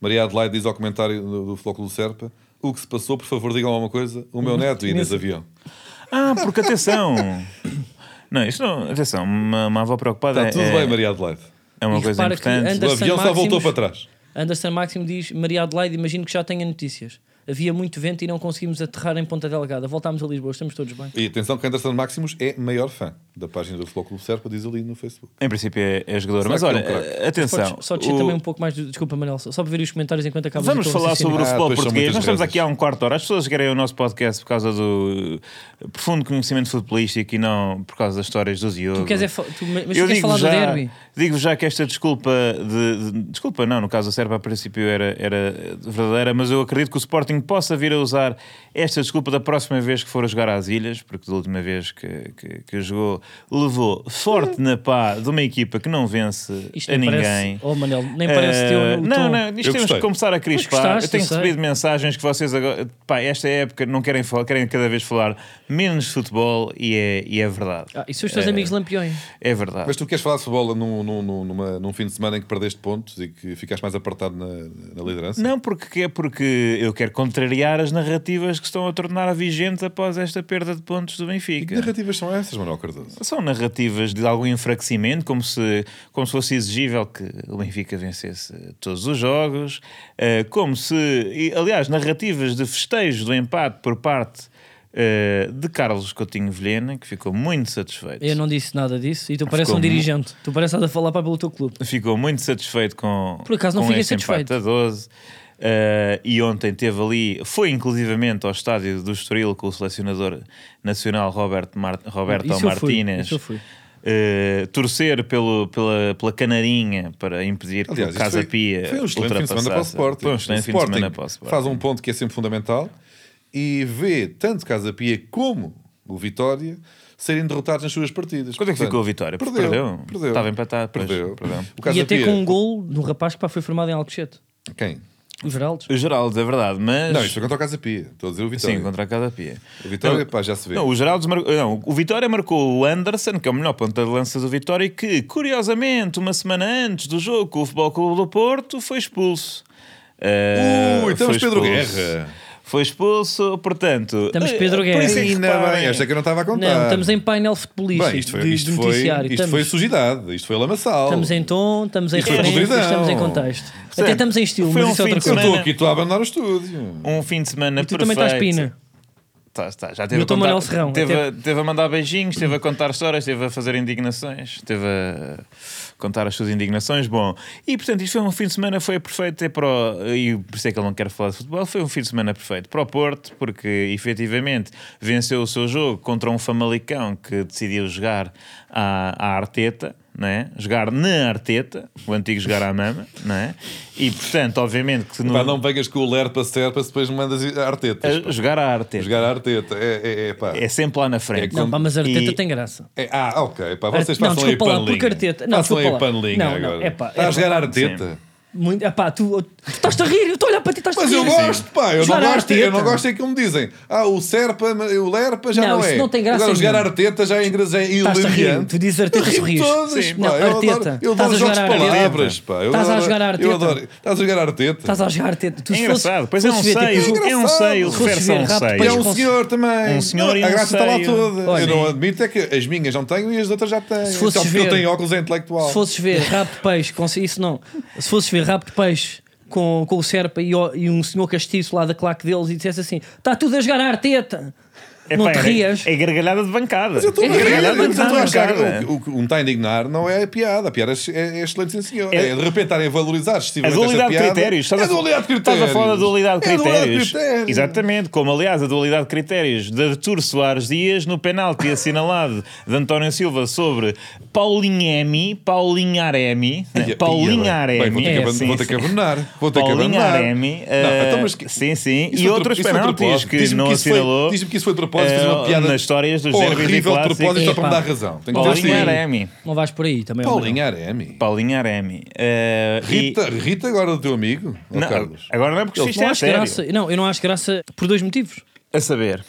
S1: Maria Adelaide diz ao comentário do, do Flóculo Serpa: o que se passou, por favor, digam alguma coisa. O meu neto, Inês Avião.
S2: Ah, porque atenção. Não, isto não. Atenção, uma, uma avó preocupada
S1: Está
S2: é,
S1: Tá tudo
S2: é,
S1: bem, Maria Adelaide.
S2: é uma
S3: E
S2: coisa
S3: repara que
S2: importante.
S1: O
S3: Anderson
S1: avião só voltou
S3: Maximus-
S1: para trás.
S3: Anderson Máximo diz: Maria Adelaide, imagino que já tenha notícias. Havia muito vento e não conseguimos aterrar em Ponta Delgada. Voltámos a Lisboa, estamos todos bem.
S1: E atenção que Anderson Maximus é maior fã da página do Flóculo Serpa, diz ali no Facebook.
S2: Em princípio é, é jogador.
S1: Será
S2: Mas
S1: que
S2: olha,
S1: é um craque?
S2: atenção.
S3: Podes só descer
S2: o-
S3: também um pouco mais. do- Desculpa, Manel, só, só para ver os comentários enquanto acabas
S2: Vamos
S3: o teu
S2: falar sobre
S3: raciocínio.
S2: o
S1: Ah,
S2: futebol
S1: depois são
S2: português.
S1: muitas
S2: Nós estamos
S1: rezas.
S2: aqui há um quarto de hora. As pessoas querem o nosso podcast por causa do eh, profundo conhecimento futebolístico e não por causa das histórias do Diogo.
S3: Tu queres é fa- tu- mas
S2: Eu
S3: tu queres
S2: digo
S3: falar
S2: já,
S3: do derby?
S2: digo já que esta desculpa de, de- desculpa não, no caso a Serpa a princípio era, era verdadeira, mas eu acredito que o Sporting possa vir a usar esta desculpa da próxima vez que for a jogar às ilhas, porque da última vez que, que, que jogou levou forte na pá de uma equipa que não vence
S3: Isto
S2: a
S3: nem parece-
S2: ninguém.
S3: Oh, Manel, nem parece teu
S2: Eh,
S3: o
S2: não,
S3: tom.
S2: não, isto
S1: Eu
S2: temos
S1: gostei.
S2: que começar a crispar.
S3: gostaste,
S2: eu tenho
S3: eu sei.
S2: recebido mensagens que vocês agora, pá, esta época não querem falar, querem cada vez falar menos de futebol e é, e é verdade.
S3: Ah, e são os teus
S2: Eh,
S3: amigos lampiões.
S2: É verdade.
S1: Mas tu queres falar de futebol num, num, num- numa- num fim de semana em que perdeste pontos e que ficaste mais apartado na, na liderança?
S2: Não, porque, é porque eu quero contrariar as narrativas que estão a tornar vigente após esta perda de pontos do
S1: Que
S2: Benfica.
S1: narrativas são essas, Manuel Cardoso?
S2: São narrativas de algum enfraquecimento, como se, como se fosse exigível que o Benfica vencesse todos os jogos, eh, como se, e, aliás, narrativas de festejo do empate por parte eh, de Carlos Coutinho Vilhena, que ficou muito satisfeito.
S3: Eu não disse nada disso e tu pareces um
S2: Ficou mu-
S3: dirigente. Tu pareces a falar para pelo teu clube.
S2: Ficou muito satisfeito com
S3: Por acaso não
S2: com
S3: fiquei
S2: esse empate
S3: satisfeito.
S2: a 12. Eh, e ontem teve ali, foi inclusivamente ao estádio do Estoril com o selecionador nacional Roberto, Mar Roberto
S3: Isso eu fui,
S2: Martínez.
S3: isso eu fui.
S2: Uh, torcer pelo, pela, pela canarinha para impedir
S1: Aliás,
S2: que o
S1: isto
S2: Casa
S1: foi,
S2: Pia
S1: foi um excelente fim de semana para o
S2: ultrapassasse.
S1: Sporting.
S2: Foi um excelente
S1: O
S2: fim de semana
S1: Sporting
S2: para o Sporting.
S1: Faz um ponto que é sempre fundamental e vê tanto Casa Pia como o Vitória serem derrotados nas suas partidas.
S2: Quanto é que
S1: Portanto,
S2: ficou a vitória? Porque
S1: Perdeu.
S2: perdeu.
S1: perdeu.
S2: Estava empatado, pois,
S1: Perdeu.
S2: perdeu.
S1: O Casa
S3: e até
S1: Pia-
S3: com um gol de um rapaz que pá, foi formado em Alcochete.
S1: Quem?
S3: O Geraldo.
S2: O Geraldo, é verdade, mas.
S1: um- Não, é isto foi contra o Casa Pia. Estou a dizer o Vitória.
S2: Sim, contra a Casa Pia.
S1: O Vitória,
S2: Não,
S1: pá, já se vê.
S2: Não, o Geraldo mar- não, o Vitória marcou o Anderson, que é o melhor ponta de lança do Vitória, e que, curiosamente, uma semana antes do jogo com o Futebol Clube do Porto, foi expulso. Uh,
S1: Ui, temos
S2: foi
S1: então Pedro
S2: expulso.
S1: Guerra.
S2: Foi expulso, portanto.
S3: Temos
S2: eh,
S3: Pedro
S2: por
S3: Guerra.
S2: isso é que
S1: Ainda bem,
S2: reparem-
S1: esta que eu não estava a
S2: Então
S1: contar.
S2: tá.
S3: Não, estamos em painel futebolístico
S1: Bem, isto foi,
S3: de,
S1: isto
S3: de
S1: foi,
S3: noticiário.
S1: Isto foi
S3: estamos,
S1: sujidade, isto foi lamaçal.
S3: estamos em tom, estamos em
S1: Isto foi
S3: referência,
S1: podridão.
S3: estamos em contexto. Até estamos em estilo,
S2: foi
S3: mas
S2: um
S3: isso é
S2: fim
S3: outra
S2: de
S1: Eu
S3: coisa.
S2: semana-
S1: estou aqui, estou a abandonar o estúdio.
S2: um fim de semana
S3: E tu também
S2: perfeito.
S3: estás pina.
S2: Tá, tá, já teve
S3: Eu
S2: a
S3: tô
S2: contar,
S3: Manuel Serrão,
S2: Teve,
S3: até-
S2: a- teve a mandar beijinhos, teve a contar histórias, teve a fazer indignações, teve a contar as suas indignações. Bom, e portanto, isto foi um fim de semana, foi perfeito até para o, e por isso é que ele não quer falar de futebol, foi um fim de semana perfeito para o Porto, porque efetivamente venceu o seu jogo contra um Famalicão que decidiu jogar à, à Arteta. Não é? Jogar na Arteta, o antigo jogar à mama, não é? e portanto, obviamente que no,
S1: Pá, não pegas com o Lerpa Serpa, depois me mandas a artetas.
S2: a- jogar à Arteta
S1: Jogar a arteta. É, é, é, pá.
S2: é sempre lá na frente.
S1: É
S3: Não, pá, mas Arteta
S2: E-
S3: tem graça.
S1: É- ah, ok. Pá, vocês
S3: Não,
S1: passam aí
S3: desculpa lá,
S1: panelinha.
S3: porque Arteta- não,
S1: passam aí
S3: desculpa lá.
S1: panelinha
S3: Não, não,
S1: agora.
S3: é pá,
S1: Está
S3: é
S1: a jogar
S3: pá.
S1: a arteta.
S3: Muito, epá, tu, tu estás a rir, eu estou a olhar para ti, estás a
S1: Mas
S3: rir.
S1: eu gosto, pá. Eu não
S3: Jogar à
S1: gosto, eu não
S3: Arteta.
S1: gosto é que me dizem. Ah, o Serpa, o Lerpa já
S3: Não,
S1: não,
S3: isso
S1: é.
S3: não tem graça
S1: agora, jogar a
S3: nenhuma.
S1: arteta já é inglês, já é
S3: Estás-te a rir.
S1: hilariante.
S3: Tu dizes Arteta,
S1: Eu rio
S3: sorris.
S1: todas,
S3: Sim.
S1: pá.
S3: Não,
S1: eu
S3: Arteta.
S1: adoro, eu
S3: Estás
S1: adoro
S3: a
S1: jogos
S3: jogar
S1: de
S3: a Arteta.
S1: palavras, pá. Eu
S3: Estás a
S1: adoro-
S3: jogar a Arteta.
S1: Eu adoro. Estás a jogar a arteta.
S3: Estás a jogar Arteta. Tu,
S2: É
S3: se
S2: engraçado,
S3: fosse-
S2: pois é um
S3: fosses ver, tipo,
S2: seio, é um
S1: engraçado.
S2: seio,
S1: Se
S3: fosses
S2: refere-se a
S3: ver
S2: um
S3: rápido,
S2: seio.
S1: E
S3: Mas
S1: é um
S3: cons-
S1: senhor também.
S2: Um senhor e
S1: a
S2: um
S1: graça está lá
S2: seio.
S1: toda.
S3: Olha,
S1: eu não
S3: e-
S1: admito é que as minhas não tenho e as outras já têm.
S3: Se fosses
S1: Só porque
S3: ver-
S1: eu tenho óculos é intelectual.
S3: Se fosses ver rabo de peixe, com, isso não. Se fosses ver rabo de peixe com, com o Serpa e, o- e um senhor castiço lá da claque deles e dissesse assim: está tudo a jogar a Arteta. não
S2: Epá,
S3: te
S2: é-
S3: rias.
S2: É gargalhada de bancada.
S1: Mas eu estou
S2: é
S1: a rir,
S2: gargalhada
S1: eu
S2: de
S1: estou a achar que
S2: bancada.
S1: o, o que me está a indignar não é a piada. A piada é, é excelente, sim, senhor.
S2: É-
S1: É, de repente estarem a valorizar
S2: A
S1: excessivamente esta
S2: dualidade de
S1: piada.
S2: critérios. Estás
S1: É
S2: a-
S1: a dualidade de critérios.
S2: Estás a falar da dualidade de
S1: É a
S2: critérios.
S1: critérios.
S2: Exatamente, como aliás a dualidade de critérios de Artur Soares Dias no penalti assinalado de António Silva sobre Paulinhemi, Paulinharemi,
S1: Ai, a piada. Bem,
S2: Paulinharemi.
S1: Vou ter que
S2: né? É,
S1: aban-
S2: sim,
S1: vou ter que
S2: sim.
S1: abandonar. Vou ter que
S2: Paulinho
S1: abandonar.
S2: Aremi,
S1: Não, então, mas
S2: eh,
S1: que-
S2: sim, sim.
S1: isso
S2: e
S1: foi
S2: outros
S1: isso foi
S2: penaltis
S1: propósito.
S2: que
S1: Diz-me
S2: não
S1: isso foi-
S2: assinalou.
S1: Diz-me que isso foi de propósito, fiz uma
S2: eh,
S1: piada.
S2: nas histórias dos derbys e
S1: Horrível de
S2: clássicos.
S1: propósito, só para me
S3: Epá.
S1: dar razão. Tenho que
S2: Paulinho
S1: dizer assim.
S2: Aremi.
S3: Não vais por aí também. é
S1: Paulinho Aremi.
S2: Paulinho Aremi. Eh, e-
S1: Rita, Rita agora do teu amigo? Ó,
S2: Não,
S1: Carlos.
S2: agora não é porque
S1: Ele-
S2: isto
S3: Não
S2: é a
S3: acho assim.
S2: sério.
S3: graça. Não, eu não acho graça por dois motivos.
S2: A saber.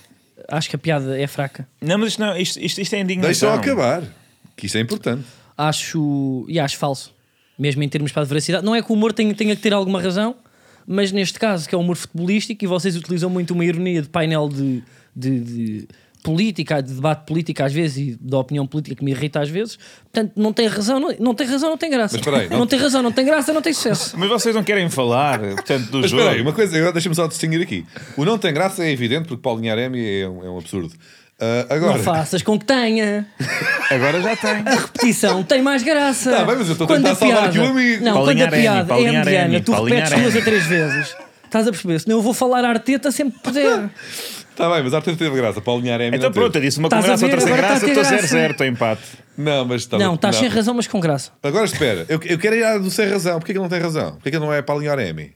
S3: Acho que a piada é fraca.
S2: Não, mas isto, não, isto, isto, isto é indignação.
S1: Deixa-o acabar. Que isso é importante.
S3: Acho. E acho falso. Mesmo em termos para a veracidade. Não é que o humor tenha, tenha que ter alguma razão, mas neste caso, que é um humor futebolístico, e vocês utilizam muito uma ironia de painel de, de- de política, de debate político às vezes e da opinião política que me irrita às vezes. Portanto, não tem razão, não, não tem razão, não tem graça.
S1: Mas espera aí,
S3: não...
S1: não-
S3: tem razão, não tem graça, não tem sucesso.
S2: Mas vocês não querem falar, portanto, do
S1: Mas
S2: jogo.
S1: espera aí, uma coisa, agora deixa-me só distinguir aqui. O não tem graça é evidente porque Paulinho Aremi é um, é um absurdo. Ah, agora,
S3: Não faças com que tenha.
S2: Agora já
S3: A
S2: tem.
S3: repetição tem mais graça.
S1: Tá bem, mas eu estou a
S3: Quando
S1: tentar
S3: a
S1: salvar
S3: piada-
S1: aqui o amigo.
S3: Não,
S2: Paulinho
S3: quando a
S2: Areni,
S3: piada
S2: Paulinho
S3: é mediana,
S2: Areni,
S3: tu
S2: Paulinho
S3: repetes
S2: Areni.
S3: duas a três vezes. Estás a perceber? Senão eu vou falar Arteta sempre que puder.
S1: Está tá bem, mas a Arteta teve graça. Paulinho Aremi
S2: Então
S1: não teve.
S2: pronto, eu disse uma com
S3: Estás a
S2: graça,
S3: ver?
S2: outra sem
S3: Agora está
S2: graça,
S3: a ter
S2: estou 0
S3: graça.
S2: 0 estou empate.
S1: Não, mas está
S3: Não, estás sem razão, mas com graça.
S1: Agora espera, eu, eu quero ir à do sem razão. Porquê que ele não tem razão? Porquê que ele não é Paulinho Aremi?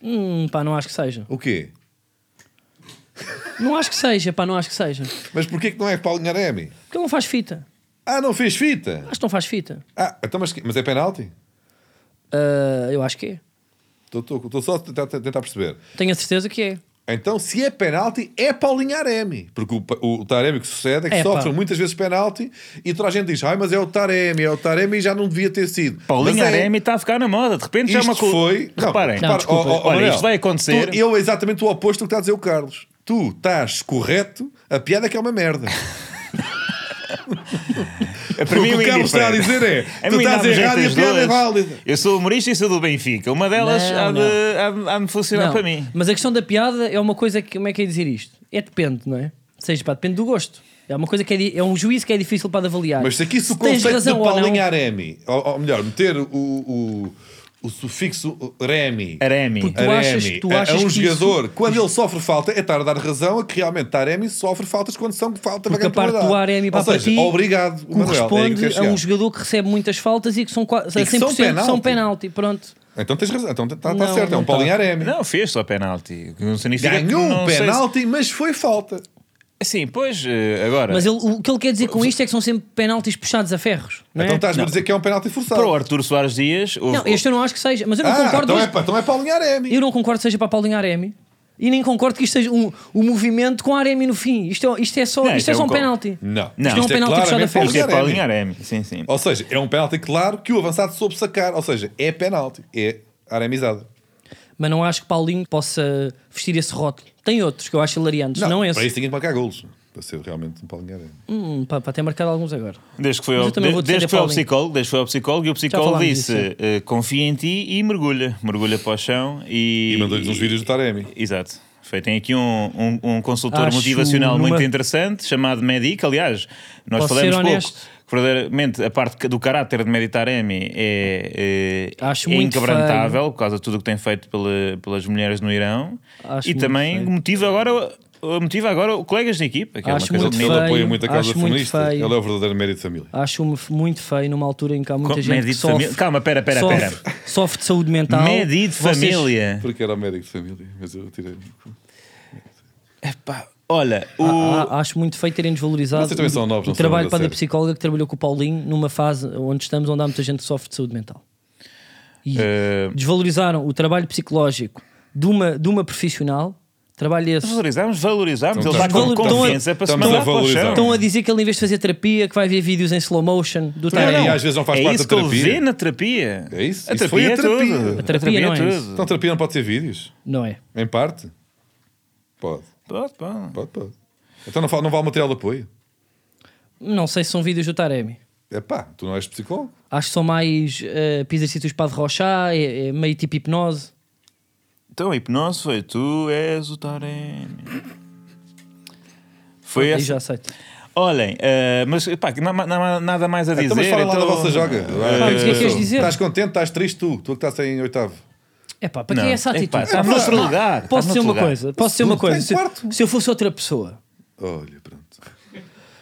S3: Hum, pá, não acho que seja.
S1: O quê?
S3: Não acho que seja, pá, não acho que seja. Porque
S1: Mas porquê que não é Paulinho Aremi?
S3: ele não faz fita.
S1: Ah, não fez fita?
S3: Acho que não faz fita.
S1: Ah, então, mas, que- mas é penalti?
S3: Ah, eu acho que é.
S1: Estou- Estou estou só a tentar, tentar perceber.
S3: Tenho a certeza que é.
S1: Então, se é penalti, é Paulinho Aremi. Porque o, Pa- o Taremi que sucede é que
S3: É, pá.
S1: sofre muitas vezes penalti e toda a gente diz: ai, mas é o Taremi, é o Taremi e já não devia ter sido.
S2: Paulinho
S1: mas é,
S2: Aremi está a ficar na moda. De repente já é
S1: Isto
S2: uma coisa.
S1: foi. Não, oh,
S2: Reparem,
S3: Não, desculpa.
S1: ó, ó, ó,
S2: Olha,
S1: Manel,
S2: isto vai acontecer.
S1: Tu, eu é exatamente o oposto do que está a dizer o Carlos. Tu estás correto, a piada é que é uma merda.
S2: para mim
S1: o que o
S2: é
S1: Carlos está a
S2: indiferente.
S1: dizer é:
S2: A
S1: tu
S2: mim
S1: estás
S2: dá-me
S1: errado
S2: um
S1: e
S2: jeito
S1: a
S2: as
S1: piada é
S2: duas.
S1: válida.
S2: Eu sou humorista e sou do Benfica. Uma delas
S3: Não,
S2: há, de, há de- há de funcionar
S3: Não,
S2: para mim.
S3: Mas a questão da piada é uma coisa que, como é que é dizer isto? É depende, não é? Ou seja, pá, depende do gosto. É uma coisa que é, di- é um juízo que é difícil para de avaliar.
S1: Mas se aqui se o
S3: tens
S1: conceito de
S3: razão ou não-
S1: Paulinho Aremi, ou, ou melhor, meter o, o, o sufixo Remi.
S2: Aremi.
S3: Porque- Tu
S1: Aremi,
S3: achas- tu
S1: a-
S3: achas
S1: a um
S3: que
S1: jogador, quando ele sofre falta, é estar a dar razão a que realmente Taremi sofre faltas quando são falta
S3: Porque
S1: para
S3: a parte
S1: ganhar
S3: do Aremi
S1: Ou
S3: vá para
S1: seja,
S3: ti,
S1: obrigado, Manuel. É aí que
S3: corresponde
S1: queres
S3: a um
S1: chegar.
S3: jogador que recebe muitas faltas e que são quase
S1: E que são
S3: 100% são
S1: penalti.
S3: penalti. Pronto.
S1: Então tens razão, então está
S3: Não,
S1: certo, é
S3: não é
S1: um Paulinho
S3: tá.
S1: Aremi.
S2: Não, fez só penalti. O que não significa que
S1: Ganhou
S2: não
S1: um
S2: sei se-
S1: penalti, mas foi falta.
S2: Sim, pois, eh, agora.
S3: Mas ele- o que ele quer dizer com isto é que são sempre penaltis puxados a ferros. Não, é?
S1: Então estás-me a dizer que é um penalti forçado.
S2: Para o Arturo Soares Dias. houve-
S3: não este eu não acho que seja. Mas eu não
S1: ah,
S3: concordo.
S1: então,
S3: mas-
S1: é, pa- então é Paulinho Aremi.
S3: Eu não concordo que seja para Paulinho Aremi. E nem concordo que isto seja um, um movimento com Aremi no fim. Isto é, isto é só,
S2: Não,
S3: isto é
S2: isto
S3: só
S2: é
S3: um
S2: um co-
S3: penalti.
S1: Não.
S2: Não.
S1: Isto
S2: Isto é
S1: é
S3: um penalti puxado a
S1: claramente
S2: Isto
S1: Paulinho
S2: é para
S1: Aremi.
S2: alinhar Aremi. Sim, sim.
S1: Ou seja, é um penalti claro que o avançado soube sacar. Ou seja, é penalti. É aremizado.
S3: Mas não acho que Paulinho possa vestir esse rótulo. Tem outros que eu acho hilariantes, não, é esse.
S1: Para é isso tinha que marcar golos. Para ser realmente um Paulinho Aremi.
S3: Hum, pá, pá, tem marcado alguns agora.
S2: Desde que foi,
S3: Mas
S2: ao,
S3: eu também
S2: de-
S3: vou defender
S2: desde que foi ao
S3: Paulinho.
S2: psicólogo, desde que foi ao psicólogo e o psicólogo
S3: falámos
S2: disse:
S3: disso, é.
S2: eh, confia em ti e mergulha. Mergulha para o chão e.
S1: E mandou-lhes uns vídeos do Taremi.
S2: Exato. Foi, tem aqui um, um, um consultor
S3: Acho
S2: motivacional
S3: numa-
S2: muito interessante chamado Medic. Aliás, nós
S3: Posso ser
S2: falamos pouco.
S3: honesto?
S2: que Verdadeiramente, a parte do caráter de Meditaremi é, é,
S3: Acho
S2: é
S3: muito
S2: inquebrantável por causa de tudo o que tem feito pela- pelas mulheres no Irão
S3: Acho
S2: e
S3: muito
S2: também
S3: feio.
S2: motiva agora, motiva agora o- colegas de equipa, que é uma
S3: Acho
S2: coisa
S3: muito
S1: Ele
S2: bonita.
S3: feio.
S1: apoia muito a causa
S3: acho muito
S1: feminista. Ele
S3: feio. Ah,
S1: é o verdadeiro mérito de família.
S3: Acho-me f- muito feio numa altura em que há muita
S2: Com-
S3: gente
S2: Médio
S3: que
S2: de família-
S3: sofre,
S2: Calma, pera, pera,
S3: sofre,
S2: pera.
S3: sofre de saúde mental.
S2: Médio de
S3: Vocês-
S2: família.
S1: Porque era o médico de família, mas eu tirei.
S2: Epá, olha, o.
S3: Ah, ah, acho muito feio terem desvalorizado
S1: Vocês também
S3: o-
S1: são novos,
S3: o
S1: não um são
S3: trabalho
S1: nada
S3: para a
S1: sério.
S3: psicóloga que trabalhou com o Paulinho numa fase onde estamos onde há muita gente que sofre de saúde mental. E
S2: eh,
S3: desvalorizaram o trabalho psicológico de uma, de uma profissional, trabalho esse.
S2: Valorizamos, valorizamos. Ele
S1: Então,
S2: está com
S3: estamos-
S2: confiança para se é.
S1: estamos a
S2: mandar para o
S1: valorizar.
S2: chão.
S3: Estão a dizer que ele em vez de fazer terapia que vai ver vídeos em slow motion do
S1: Não,
S3: Taremi.
S1: e às vezes não faz
S2: é
S1: parte
S2: isso
S1: da
S2: que ele
S1: terapia.
S2: vê na terapia.
S1: É isso,
S2: A
S1: isso
S2: terapia,
S1: foi a
S2: é tudo.
S1: terapia. A
S3: terapia não é
S2: tudo.
S3: isso.
S1: Então terapia não pode ter vídeos?
S3: Não é?
S1: Em parte? Pode,
S2: Pode, pode.
S1: pode, pode. Então não, fa- não vale o material de apoio?
S3: Não sei se são vídeos do Taremi.
S1: É pá, tu não és psicólogo.
S3: Acho que são mais eh, exercícios para derrochar, é, é meio tipo hipnose.
S2: Então a hipnose foi tu és o Taremi. Foi
S3: Aí
S2: essa.
S3: já aceito.
S2: Olhem, eh, mas pá, que não, há- não há nada mais a dizer.
S1: Então, mas fala lá da vossa joga.
S3: Pá, mas o que é que queres dizer?
S1: Estás contente, estás triste tu, tu que estás em oitavo.
S3: É pá, para
S2: Não.
S3: que é essa
S2: Epá,
S3: atitude?
S2: está
S3: Pá,
S2: noutro
S3: posso-
S1: Ah,
S2: lugar,
S1: tá
S2: está
S3: Posso dizer
S2: noutro
S3: uma
S2: lugar.
S3: coisa? Posso dizer uma coisa? Se,
S1: quarto.
S3: se eu fosse outra pessoa,
S1: Olha, pronto.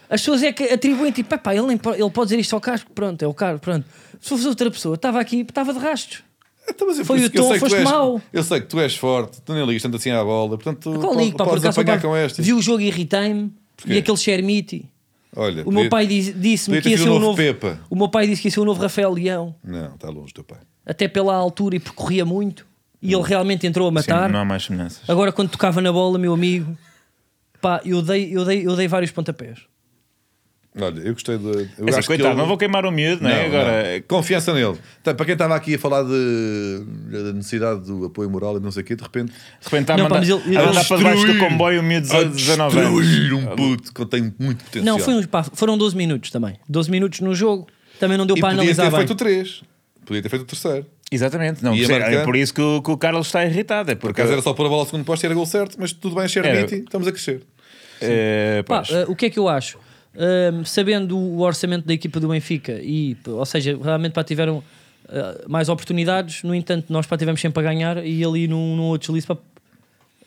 S3: as pessoas é que atribuem tipo, epá, ele, nem po- ele pode dizer isto ao casco, pronto, é o caro, pronto. Se eu fosse outra pessoa, estava aqui, estava de rastros.
S1: Então, mas eu-
S3: Foi
S1: eu
S3: o
S1: sei
S3: tom,
S1: que tu
S3: foste
S1: és-
S3: mau.
S1: Eu sei que tu és forte, tu nem ligas tanto assim à bola, portanto tu
S3: Qual
S1: po-
S3: ligo, pá, por
S1: podes
S3: acaso
S1: apanhar
S3: pá,
S1: com esta.
S3: vi o jogo e irritei-me e aquele Xermiti.
S1: Olha,
S3: O meu pai diz-
S1: podia
S3: disse-me
S1: ter
S3: que ia
S1: sido
S3: ser
S1: o
S3: o
S1: novo
S3: novo.
S1: Pepa.
S3: O meu pai disse que ia ser o novo Rafael Leão,
S1: Não, está longe teu pai.
S3: até pela altura e percorria muito. E ele realmente entrou a matar.
S2: Sim, não há mais semelhanças.
S3: Agora, quando tocava na bola, meu amigo, pá, eu dei, eu dei, eu dei vários pontapés.
S1: Olha, eu gostei de. Eu
S2: É assim,
S1: acho
S2: coitado,
S1: que ele-
S2: não vou queimar o miúdo, não é?
S1: Não,
S2: Agora,
S1: não. Confiança nele. Tá, Para quem estava aqui a falar de da necessidade do apoio moral e não sei o quê, de repente.
S2: de repente está a
S3: Não, pá,
S2: mandar,
S3: mas ele-
S2: a
S3: ele
S2: mandar para debaixo do comboio o miúdo
S1: a
S2: de 19 anos.
S1: "Ah, destruir um puto que tem muito potencial.
S3: Não, foi um uns, pá, foram 12 minutos também. 12 minutos no jogo. Também não deu
S1: E
S3: para
S1: podia ter
S3: analisar bem.
S1: feito o 3. Podia ter feito o terceiro.
S2: Exatamente, não,
S1: Ia
S2: por ser-
S1: marcar.
S2: é por isso que o, que o Carlos está irritado. É
S1: Por
S2: porque
S1: acaso era só pôr a bola ao segundo posto e era gol certo, mas tudo bem, Xermiti, estamos a crescer.
S2: eh,
S3: Pá,
S2: pois.
S3: eh, o que é que eu acho? Ahm, sabendo o orçamento da equipa do Benfica, e, p- ou seja, realmente pá, tiveram eh, mais oportunidades, no entanto, nós pá, tivemos sempre a ganhar e ali num, num outro deslize para,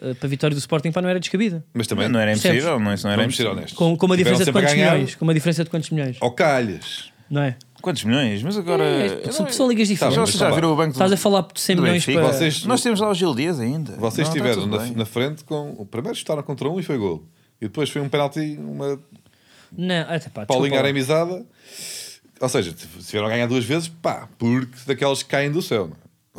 S3: eh, para a vitória do Sporting pá, não era descabida.
S1: Mas também,
S2: Não, não era
S3: Percebes?
S2: impossível, não, isso não era
S1: vamos ser
S2: impossível.
S1: honestos.
S3: Com, com uma diferença
S1: Tiveram
S3: de
S1: sempre a
S3: quantos
S1: ganhar
S3: milhões? Com uma diferença de quantos milhões?
S1: Ao calhas.
S3: Não é?
S2: Quantos milhões? Mas agora.
S3: É, são- são ligas
S2: Já-
S3: diferentes.
S1: Tá
S2: Já, já
S1: bem.
S2: viram o banco
S3: Estás a falar de 100
S2: do
S3: milhões
S2: Benfica?
S3: para.
S1: Vocês-
S2: Nós temos lá o Gil Dias ainda.
S1: Vocês
S2: Não, tá
S1: estiveram
S2: tudo
S1: na,
S2: bem.
S1: na frente com. O primeiro chutaram contra um e foi gol. E depois foi um penalti, uma
S3: Não, ah, tá, pá,
S1: Paulinho
S3: desculpa lá.
S1: aremizada. Ou seja, se tiveram a ganhar duas vezes, pá, porque daquelas que caem do céu. não é?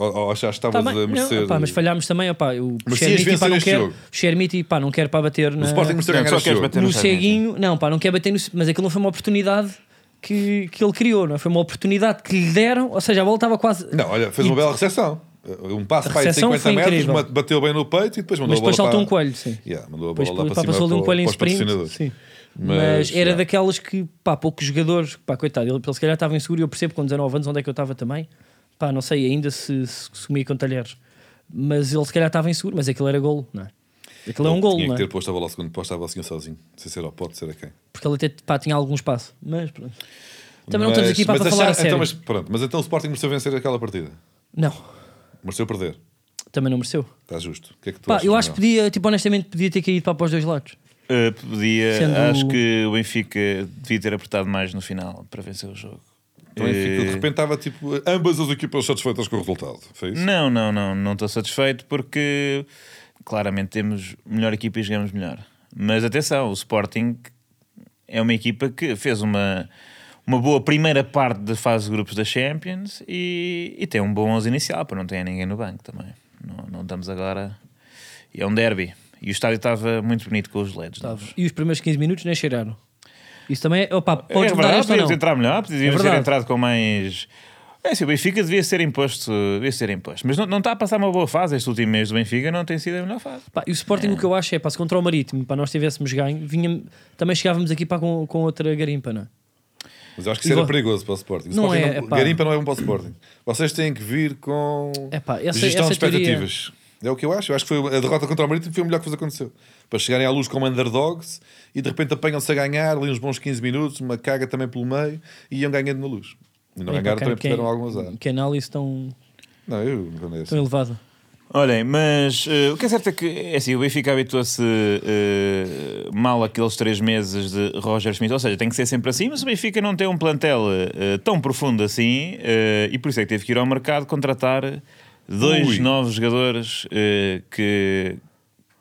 S1: Ou, ou achaste que
S3: Tá
S1: estavas
S3: bem,
S1: a merecer.
S3: não, pá, mas falhámos também, opá, o
S1: Merecias
S3: Chermiti pá,
S1: vencer
S3: não
S1: este
S3: quer,
S1: jogo.
S3: o Chermiti, pá, não quer para bater
S1: o
S3: na,
S1: Sporting mereceu
S2: Não,
S1: ganhar
S2: só
S1: este
S2: queres
S1: jogo.
S2: bater-
S3: no
S2: Chermiti.
S3: ceguinho, não, pá, não quer bater no, mas aquilo não foi uma oportunidade que, que ele criou, não é? foi uma oportunidade que lhe deram, ou seja, a bola estava quase
S1: Não, olha, fez uma bela recepção. Um passo
S3: A
S1: para aí de
S3: recepção
S1: 50
S3: foi
S1: metros,
S3: incrível.
S1: bate- bateu bem no peito e depois mandou
S3: mas depois
S1: a bola
S3: saltou
S1: para...
S3: um coelho, sim.
S1: Yeah, mandou a
S3: Depois
S1: bola lá para cima
S3: passou ali um
S1: para-
S3: coelho em
S1: para os
S3: sprint,
S1: patrocinadores.
S3: sim.
S1: Mas,
S3: Mas era
S1: yeah.
S3: daquelas que, pá, poucos jogadores, pá, coitado, ele, ele se calhar estava inseguro. Eu percebo com 19 anos onde é que eu estava também, pá, não sei ainda se, se sumia com talheres, mas ele se calhar estava inseguro. Mas aquilo era golo, não é? Aquilo é um golo,
S1: Tinha
S3: não
S1: que
S3: é?
S1: ter posto a bola ao segundo posto, estava assim sozinho. Sem ser ao pote, ser a quem.
S3: Porque ele até pá, tinha algum espaço, mas pronto. Também não estamos aqui pá,
S1: mas
S3: para falar
S1: achar-
S3: a sério.
S1: Então, mas, pronto, mas então o Sporting mereceu vencer aquela partida.
S3: Não,
S1: Mereceu perder.
S3: também não mereceu.
S1: Está justo. O que é que tu
S3: Pá,
S1: achas,
S3: eu acho que
S1: Manuel?
S3: podia, tipo, honestamente, podia ter caído pá, para os dois lados.
S2: Uh, podia,
S3: Sendo-
S2: acho que o Benfica devia ter apertado mais no final para vencer o jogo.
S1: Então, enfim, aquilo de
S2: Eh,
S1: repente estava tipo ambas as equipas satisfeitas com o resultado. Foi é isso?
S2: Não, não, não, não estou satisfeito porque claramente temos melhor equipa e jogamos melhor. Mas atenção, o Sporting é uma equipa que fez uma, uma boa primeira parte da fase de grupos da Champions e, e tem um bom 11 inicial, para não ter ninguém no banco também. Não, não estamos agora. E é um derby. E o estádio estava muito bonito com os LEDs.
S3: Tá?
S2: novos.
S3: E os primeiros 15 minutos nem cheiraram. Isso também é, opá,
S2: É
S3: podes mudar
S2: verdade,
S3: esta ou não?
S2: podíamos
S3: É
S2: entrar melhor, podíamos ter
S3: verdade.
S2: entrado com mais. É assim, o Benfica devia ser imposto, devia ser imposto. Mas não, não está a passar uma boa fase este último mês do Benfica, não tem sido a melhor fase.
S3: Pá, e o Sporting, o que eu acho é, pá, se contra o Marítimo, para nós tivéssemos ganho, vinha, também chegávamos aqui pá, com, com outra garimpa, não é?
S1: Mas eu acho que isso era
S3: Igual-
S1: perigoso para o Sporting. O
S3: Não
S1: Sporting
S3: é,
S1: não,
S3: pá.
S1: Garimpa não é bom para o Sporting. Vocês têm que vir com
S3: É pá, essa-
S1: gestão
S3: essa
S1: de expectativas. É o que eu acho. Eu acho que foi a derrota contra o Marítimo foi o melhor que vos aconteceu. Para chegarem à luz como underdogs e de repente apanham-se a ganhar ali uns bons 15 minutos, uma caga também pelo meio e iam ganhando na luz. E não
S3: Bem,
S1: ganharam
S3: pá,
S1: também
S3: É que- Então,
S1: porque deram algum azar.
S3: Que é análise tão,
S1: Não, eu não conheço.
S3: tão elevada.
S2: Olhem, mas eh, o que é certo é que é assim, o Benfica habituou-se eh, mal aqueles três meses de Roger Schmidt, ou seja, tem que ser sempre assim, mas o Benfica não tem um plantel eh, tão profundo assim eh, e por isso é que teve que ir ao mercado contratar dois
S1: Ui.
S2: novos jogadores eh, que,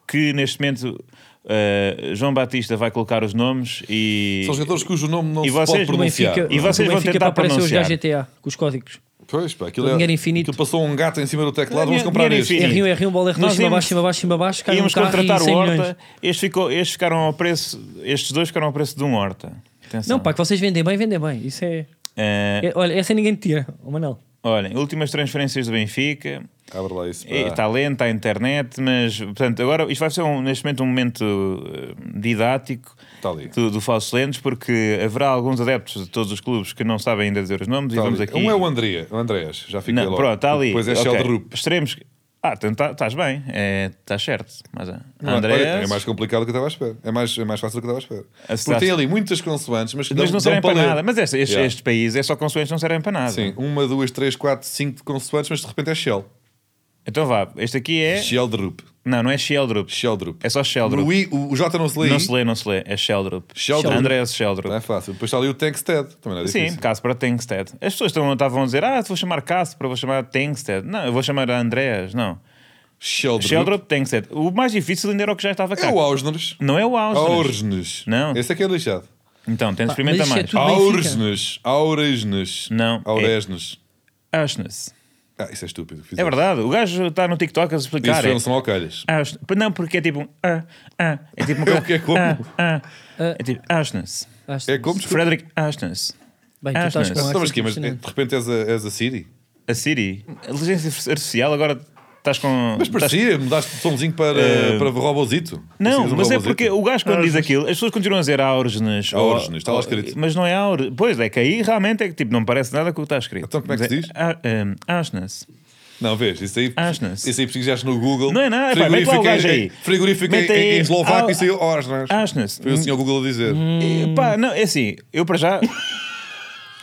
S2: que neste momento eh, João Batista vai colocar os nomes e.
S1: São jogadores cujo nome não
S2: E
S1: se
S2: vocês
S1: pode
S2: do
S3: O
S1: pronunciar.
S3: Benfica,
S2: E vocês
S3: o
S2: vão
S3: Benfica
S2: tentar
S3: pá, apareceu os
S2: pronunciar.
S3: gajos GTA, com os códigos.
S1: Pois, pá, aquilo, é,
S3: Dinheiro infinito.
S1: aquilo passou um gato em cima do teclado, vamos
S2: Dinheiro-
S1: comprar
S2: dinheiro
S1: este.
S2: infinito.
S3: R1, R1, bola R2,
S2: Nós
S3: cima
S2: íamos-
S3: abaixo, cima abaixo, cima abaixo, cai um
S2: Íamos
S3: carro e
S2: contratar o
S3: 100
S2: Horta.
S3: milhões.
S2: Este ficou, estes ficaram ao preço. Estes dois ficaram ao preço de um Horta. Atenção.
S3: Não, pá, que vocês vendem bem, vendem bem. Isso é...
S2: Eh,
S3: é- olha, essa ninguém te tira, o Manel.
S2: Olhem, últimas transferências do Benfica.
S1: Abre lá isso. pá.
S2: Eh, Está lento, está à internet, mas portanto, agora isto vai ser um- neste momento um momento eh, didático
S1: Está Tá ali.
S2: do, do Falso Lentes, porque haverá alguns adeptos de todos os clubes que não sabem ainda dizer os nomes e
S1: Está
S2: vamos
S1: ali.
S2: aqui.
S1: Um é o André, o Andrés, já fiquei
S2: Não,
S1: logo.
S2: pronto, está ali.
S1: Depois é okay.
S2: Ok.
S1: Sheldrup.
S2: Extremos. Ah, então tá- estás bem, Eh, estás certo. Mas, ah,
S1: Olha,
S2: Andrés,
S1: É mais complicado do que eu estava à espera. É mais, é mais fácil do que eu estava à espera.
S2: Acertaste.
S1: Porque tem ali muitas consoantes, mas, que
S2: mas
S1: dão-
S2: não servem
S1: dão
S2: para
S1: ler.
S2: nada. Mas este, este,
S1: Yeah.
S2: este país é só consoantes, não servem para nada.
S1: Sim, uma, duas, três, quatro, cinco de consoantes, mas de repente é Shell.
S2: Então vá, este aqui é.
S1: Sheldrup.
S2: Não, não é Sheldrup.
S1: Sheldrup.
S2: É só Sheldrup.
S1: No I, o o J não se lê.
S2: Não
S1: I.
S2: se lê, não se lê. É Sheldrup.
S1: Sheldrup.
S2: Andrés Sheldrup.
S1: Não é fácil. Depois está ali o Tankstead. Também não é
S2: Sim,
S1: difícil.
S2: caso para Tengsted. As pessoas estão- estavam a dizer, ah, vou chamar Cássio para vou chamar Tengsted. Não, eu vou chamar Andrés, não.
S1: Sheldrup.
S2: Sheldrup, Tengsted. O mais difícil ainda era o que já estava cá.
S1: É o Ausners.
S2: Não é o Ausnes.
S1: Ausnes.
S2: Não.
S1: Esse é que é lixado.
S2: Então, tens de
S3: Pá, mas
S2: experimentar
S3: isso é
S2: mais.
S3: tudo-
S1: Auresnes. Auresnes.
S2: Não, é-
S1: Auresnes.
S2: Ausnes.
S1: Ah, isso é estúpido.
S2: É verdade, o gajo está no TikTok a
S1: Isso
S2: explicar.
S1: foi
S2: é
S1: um som ao calhas.
S2: Ausnes. Não, porque é tipo um. Ah, ah. É tipo uma
S1: É o que é como?
S2: Ah, ah. É tipo Ausnes.
S3: Acho-
S1: É como desculpa.
S2: Frederick Ausnes.
S3: Bem, tu
S2: Ah,
S3: estás
S2: não,
S3: com
S2: não,
S3: um
S1: Então,
S3: accent
S1: mas, aqui, mas de
S3: impressionante.
S1: repente és a, és a Siri?
S2: A Siri. A inteligência artificial agora estás com.
S1: Mas
S2: estás-
S1: parecia, mudaste de somzinho para,
S2: Eh,
S1: para robozito.
S2: Não,
S1: Parecias um
S2: mas é
S1: robozito.
S2: porque o gajo quando diz aquilo, as pessoas continuam a dizer Aursnes. ou-
S1: Aursnes, está lá
S2: ou-
S1: escrito.
S2: Mas não é Aursnes. Pois é, que aí realmente é que tipo, não parece nada com o que está escrito.
S1: Então como é que se
S2: Mas
S1: diz?
S2: ah, ah, Aursnes.
S1: Não, vês, isso aí,
S2: Asnas.
S1: isso aí pesquisaste no Google.
S2: é Não é nada, pá, mete lá o gajo aí.
S1: Frigorífico em,
S2: Mete aí Ah,
S1: em, em eslovaco
S2: Au-
S1: e saiu Osnas.
S2: Asnas.
S1: Foi assim. o senhor Google a dizer.
S2: E, Pá, não, é assim, eu para já.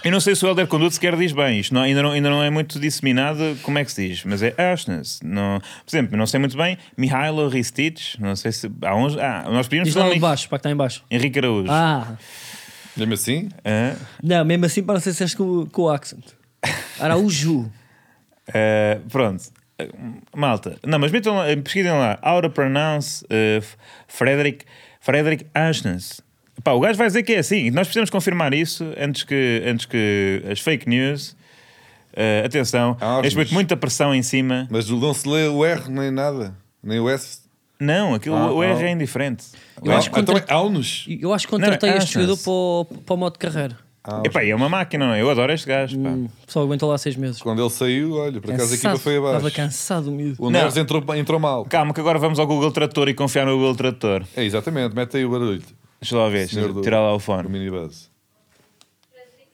S2: Eu não sei se o Helder Conduto sequer diz bem isto, não- ainda, não, ainda não é muito disseminado como é que se diz, mas é Ashness. Não, por exemplo, não sei muito bem, Mihailo Ristich, não sei se. Há uns, ah, nós pedimos
S3: Diz lá o de
S2: Henrique,
S3: baixo, para é que está em baixo.
S2: Henrique Araújo.
S3: Ah,
S1: Mesmo assim,
S2: Ah,
S3: não, mesmo assim para não ser se com, com o accent. Araújo.
S2: ah, pronto. Ah, Malta, não, mas metam lá, pesquisem lá, how to pronounce ah, F- Frederick, Frederick Ashness. Pá, o gajo vai dizer que é assim, nós precisamos confirmar isso antes que, antes que as fake news Eh, atenção,
S1: Ah, mas-
S2: neste momento muita pressão em cima.
S1: Mas não se lê o R nem nada, nem o S.
S2: Não, aquilo,
S1: Ah,
S2: o R
S1: ah.
S2: é indiferente.
S3: Eu
S1: Ah,
S3: acho que
S1: então
S3: contra-
S1: é Aunos.
S3: Eu acho que
S2: Não, é
S3: contratei este
S2: achas?
S3: jogador para o, para o modo de carreira.
S1: Ah,
S2: Epá, é uma máquina, não é? Eu adoro este gajo. pá.
S1: Hum.
S3: Só aguentou lá seis meses.
S1: Quando ele saiu, olha, por acaso a equipa
S3: Cansado.
S1: foi abaixo.
S3: Estava cansado, miúdo.
S1: O
S2: Não.
S1: Neves entrou, entrou mal.
S2: Calma, que agora vamos ao Google Trator e confiar no Google Trator.
S1: É, exatamente, mete aí o barulho.
S2: Deixa lá ver,
S1: Senhor do-
S2: tirar lá o
S1: No
S2: fone.
S1: minibus.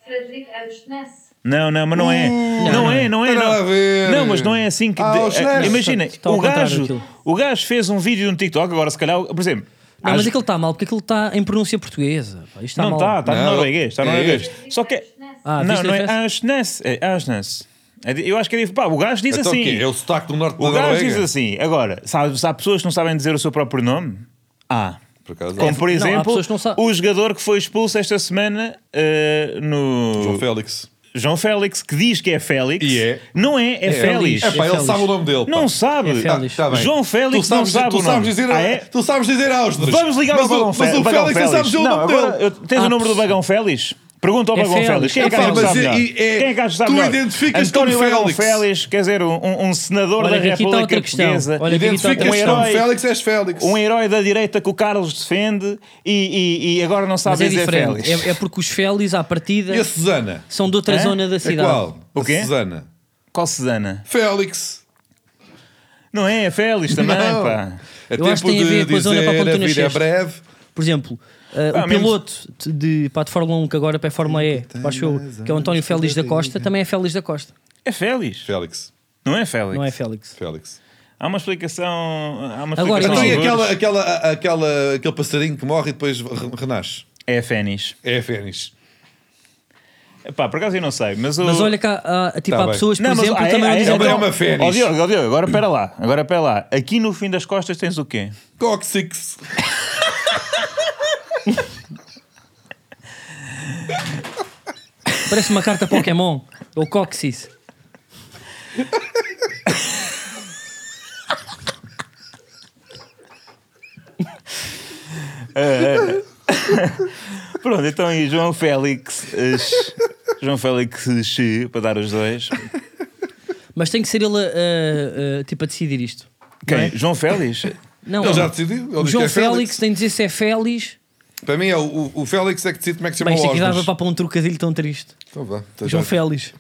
S4: Frederico Auschness.
S2: Não, não, mas não é.
S3: Hum.
S2: Não, é, não é.
S1: Tem nada a ver.
S2: Não. não, mas não é assim que.
S1: Ah, os
S2: eh,
S1: nerds.
S2: imagina,
S3: Estão ao
S2: o
S3: contrário
S2: gajo,
S3: daquilo.
S2: o gajo fez um vídeo no TikTok, agora se calhar, por exemplo.
S3: Não, mas
S2: acho-
S3: aquilo está mal, porque aquilo está em pronúncia portuguesa. pá. Isto está
S2: não
S3: Ah, tá
S2: tá,
S3: mal.
S2: está, está no
S1: Não,
S2: norueguês, está no
S1: é
S2: norueguês.
S1: este.
S2: Só que é-
S3: Ah,
S2: não,
S3: viste a
S2: não é
S3: diferença?
S2: Ashnes, é Ashnes. É di- Eu acho que é dif- pá, o gajo diz
S1: Então o quê?
S2: assim.
S1: É o sotaque do norte
S2: O
S1: da
S2: gajo diz
S1: Noruega?
S2: assim, agora, sabe, se há pessoas que não sabem dizer o seu próprio nome? Ah.
S1: Por acaso,
S2: Como por
S3: há
S2: exemplo,
S3: pessoas que É, não sabem.
S2: o jogador que foi expulso esta semana eh, no
S1: João Félix.
S2: João, Félix, que diz que é Félix,
S1: E é.
S2: não é, é, Félix.
S3: Félix.
S1: É pá, ele
S3: Félix.
S1: sabe o nome dele. pá.
S2: Não sabe.
S3: É Félix.
S1: Tá bem.
S2: João Félix
S1: Tu
S2: não sabe
S1: tu
S2: o nome.
S1: Sabes dizer,
S2: Ah, é?
S1: Tu sabes dizer Ausdras.
S2: Vamos ligar
S1: mas
S2: ao Bagão
S1: o, Mas
S2: Félix.
S1: o Félix não sabes dizer o
S2: Não,
S1: nome
S2: agora
S1: dele.
S2: eu- tens
S3: Ah,
S2: o número do
S3: pois.
S2: Bagão Félix? Pergunta ao
S3: É
S2: Bagão
S3: Félix.
S2: Félix. Quem é que
S1: Epá,
S2: acha que
S1: mas
S2: sabe
S1: é-
S2: melhor?
S1: é-
S2: Quem é que acha que sabe
S1: tu
S2: melhor?
S1: identificas com
S2: António Bagão
S1: Félix.
S2: Félix, quer dizer, um, um- um senador
S3: Olha,
S2: da
S3: aqui está outra
S2: República
S3: questão.
S2: Portuguesa.
S3: Olha, aqui está outra
S1: Identificas
S2: um
S1: com
S2: herói,
S1: Félix, és Félix.
S2: um herói da direita que o Carlos defende e, e- e agora não
S3: Mas
S2: sabe
S3: é
S2: tá dizer
S3: diferente.
S2: Félix.
S3: É, é porque os Félix, à partida,
S1: E a Susana?
S3: são de outra
S2: Hã?
S3: zona da
S1: É
S3: cidade.
S1: qual?
S2: O
S1: A
S2: quê?
S1: Susana.
S2: Qual Sedana?
S1: Félix.
S2: Não é, é Félix também,
S1: Não.
S2: pá.
S1: É
S3: Eu acho que
S1: tempo
S3: tem a ver
S1: de
S3: com a zona para
S1: dizer
S3: onde tu
S1: a vida é
S3: nasceste.
S1: breve.
S3: Por exemplo, uh,
S2: Ah,
S3: o
S2: mesmo-
S3: piloto de, para de Fórmula 1, que agora é para a Fórmula E, acho eu, que é o António Félix da Costa, também é Félix da Costa,
S2: É Félix.
S1: Félix.
S2: Não é Félix.
S3: não é Félix.
S1: Félix.
S2: Há uma explicação. Há uma
S3: Agora,
S2: explicação
S1: Então
S3: Não,
S1: e
S2: aos
S1: aquela,
S2: outros.
S1: aquela, aquela, aquele passarinho que morre e depois re- renasce?
S2: É Fénix.
S1: É a Fênix.
S2: Pá, por acaso eu não sei, mas o.
S3: Mas olha cá, há, tipo,
S1: Tá
S3: há
S1: bem.
S3: pessoas, por
S2: Não, mas-
S3: exemplo,
S2: ah,
S3: que também
S2: ah,
S3: não dizem
S1: é uma-
S3: tão-
S1: uma Fénix.
S2: Ó Diogo, ó Diogo, agora espera lá, agora espera lá. Aqui no fim das costas tens o quê?
S1: Cóccix.
S3: Parece uma carta Pokémon, ou Coxis.
S2: Pronto, então e João Félix. eh, João Félix X, para dar os dois.
S3: Mas tem que ser ele uh, uh, tipo, a decidir isto.
S2: Quem? João Félix?
S3: Não,
S1: Ele já
S3: o
S1: decidiu. Ele diz que
S3: João
S1: é
S3: Félix tem de dizer se é Félix.
S1: Para mim é o, o- o Félix é que decide como é que se
S3: Bem,
S1: chama o
S3: isto aqui dava
S1: Osmos.
S3: para um trocadilho tão triste.
S1: Então vá. então
S3: João
S1: já-
S3: Félix.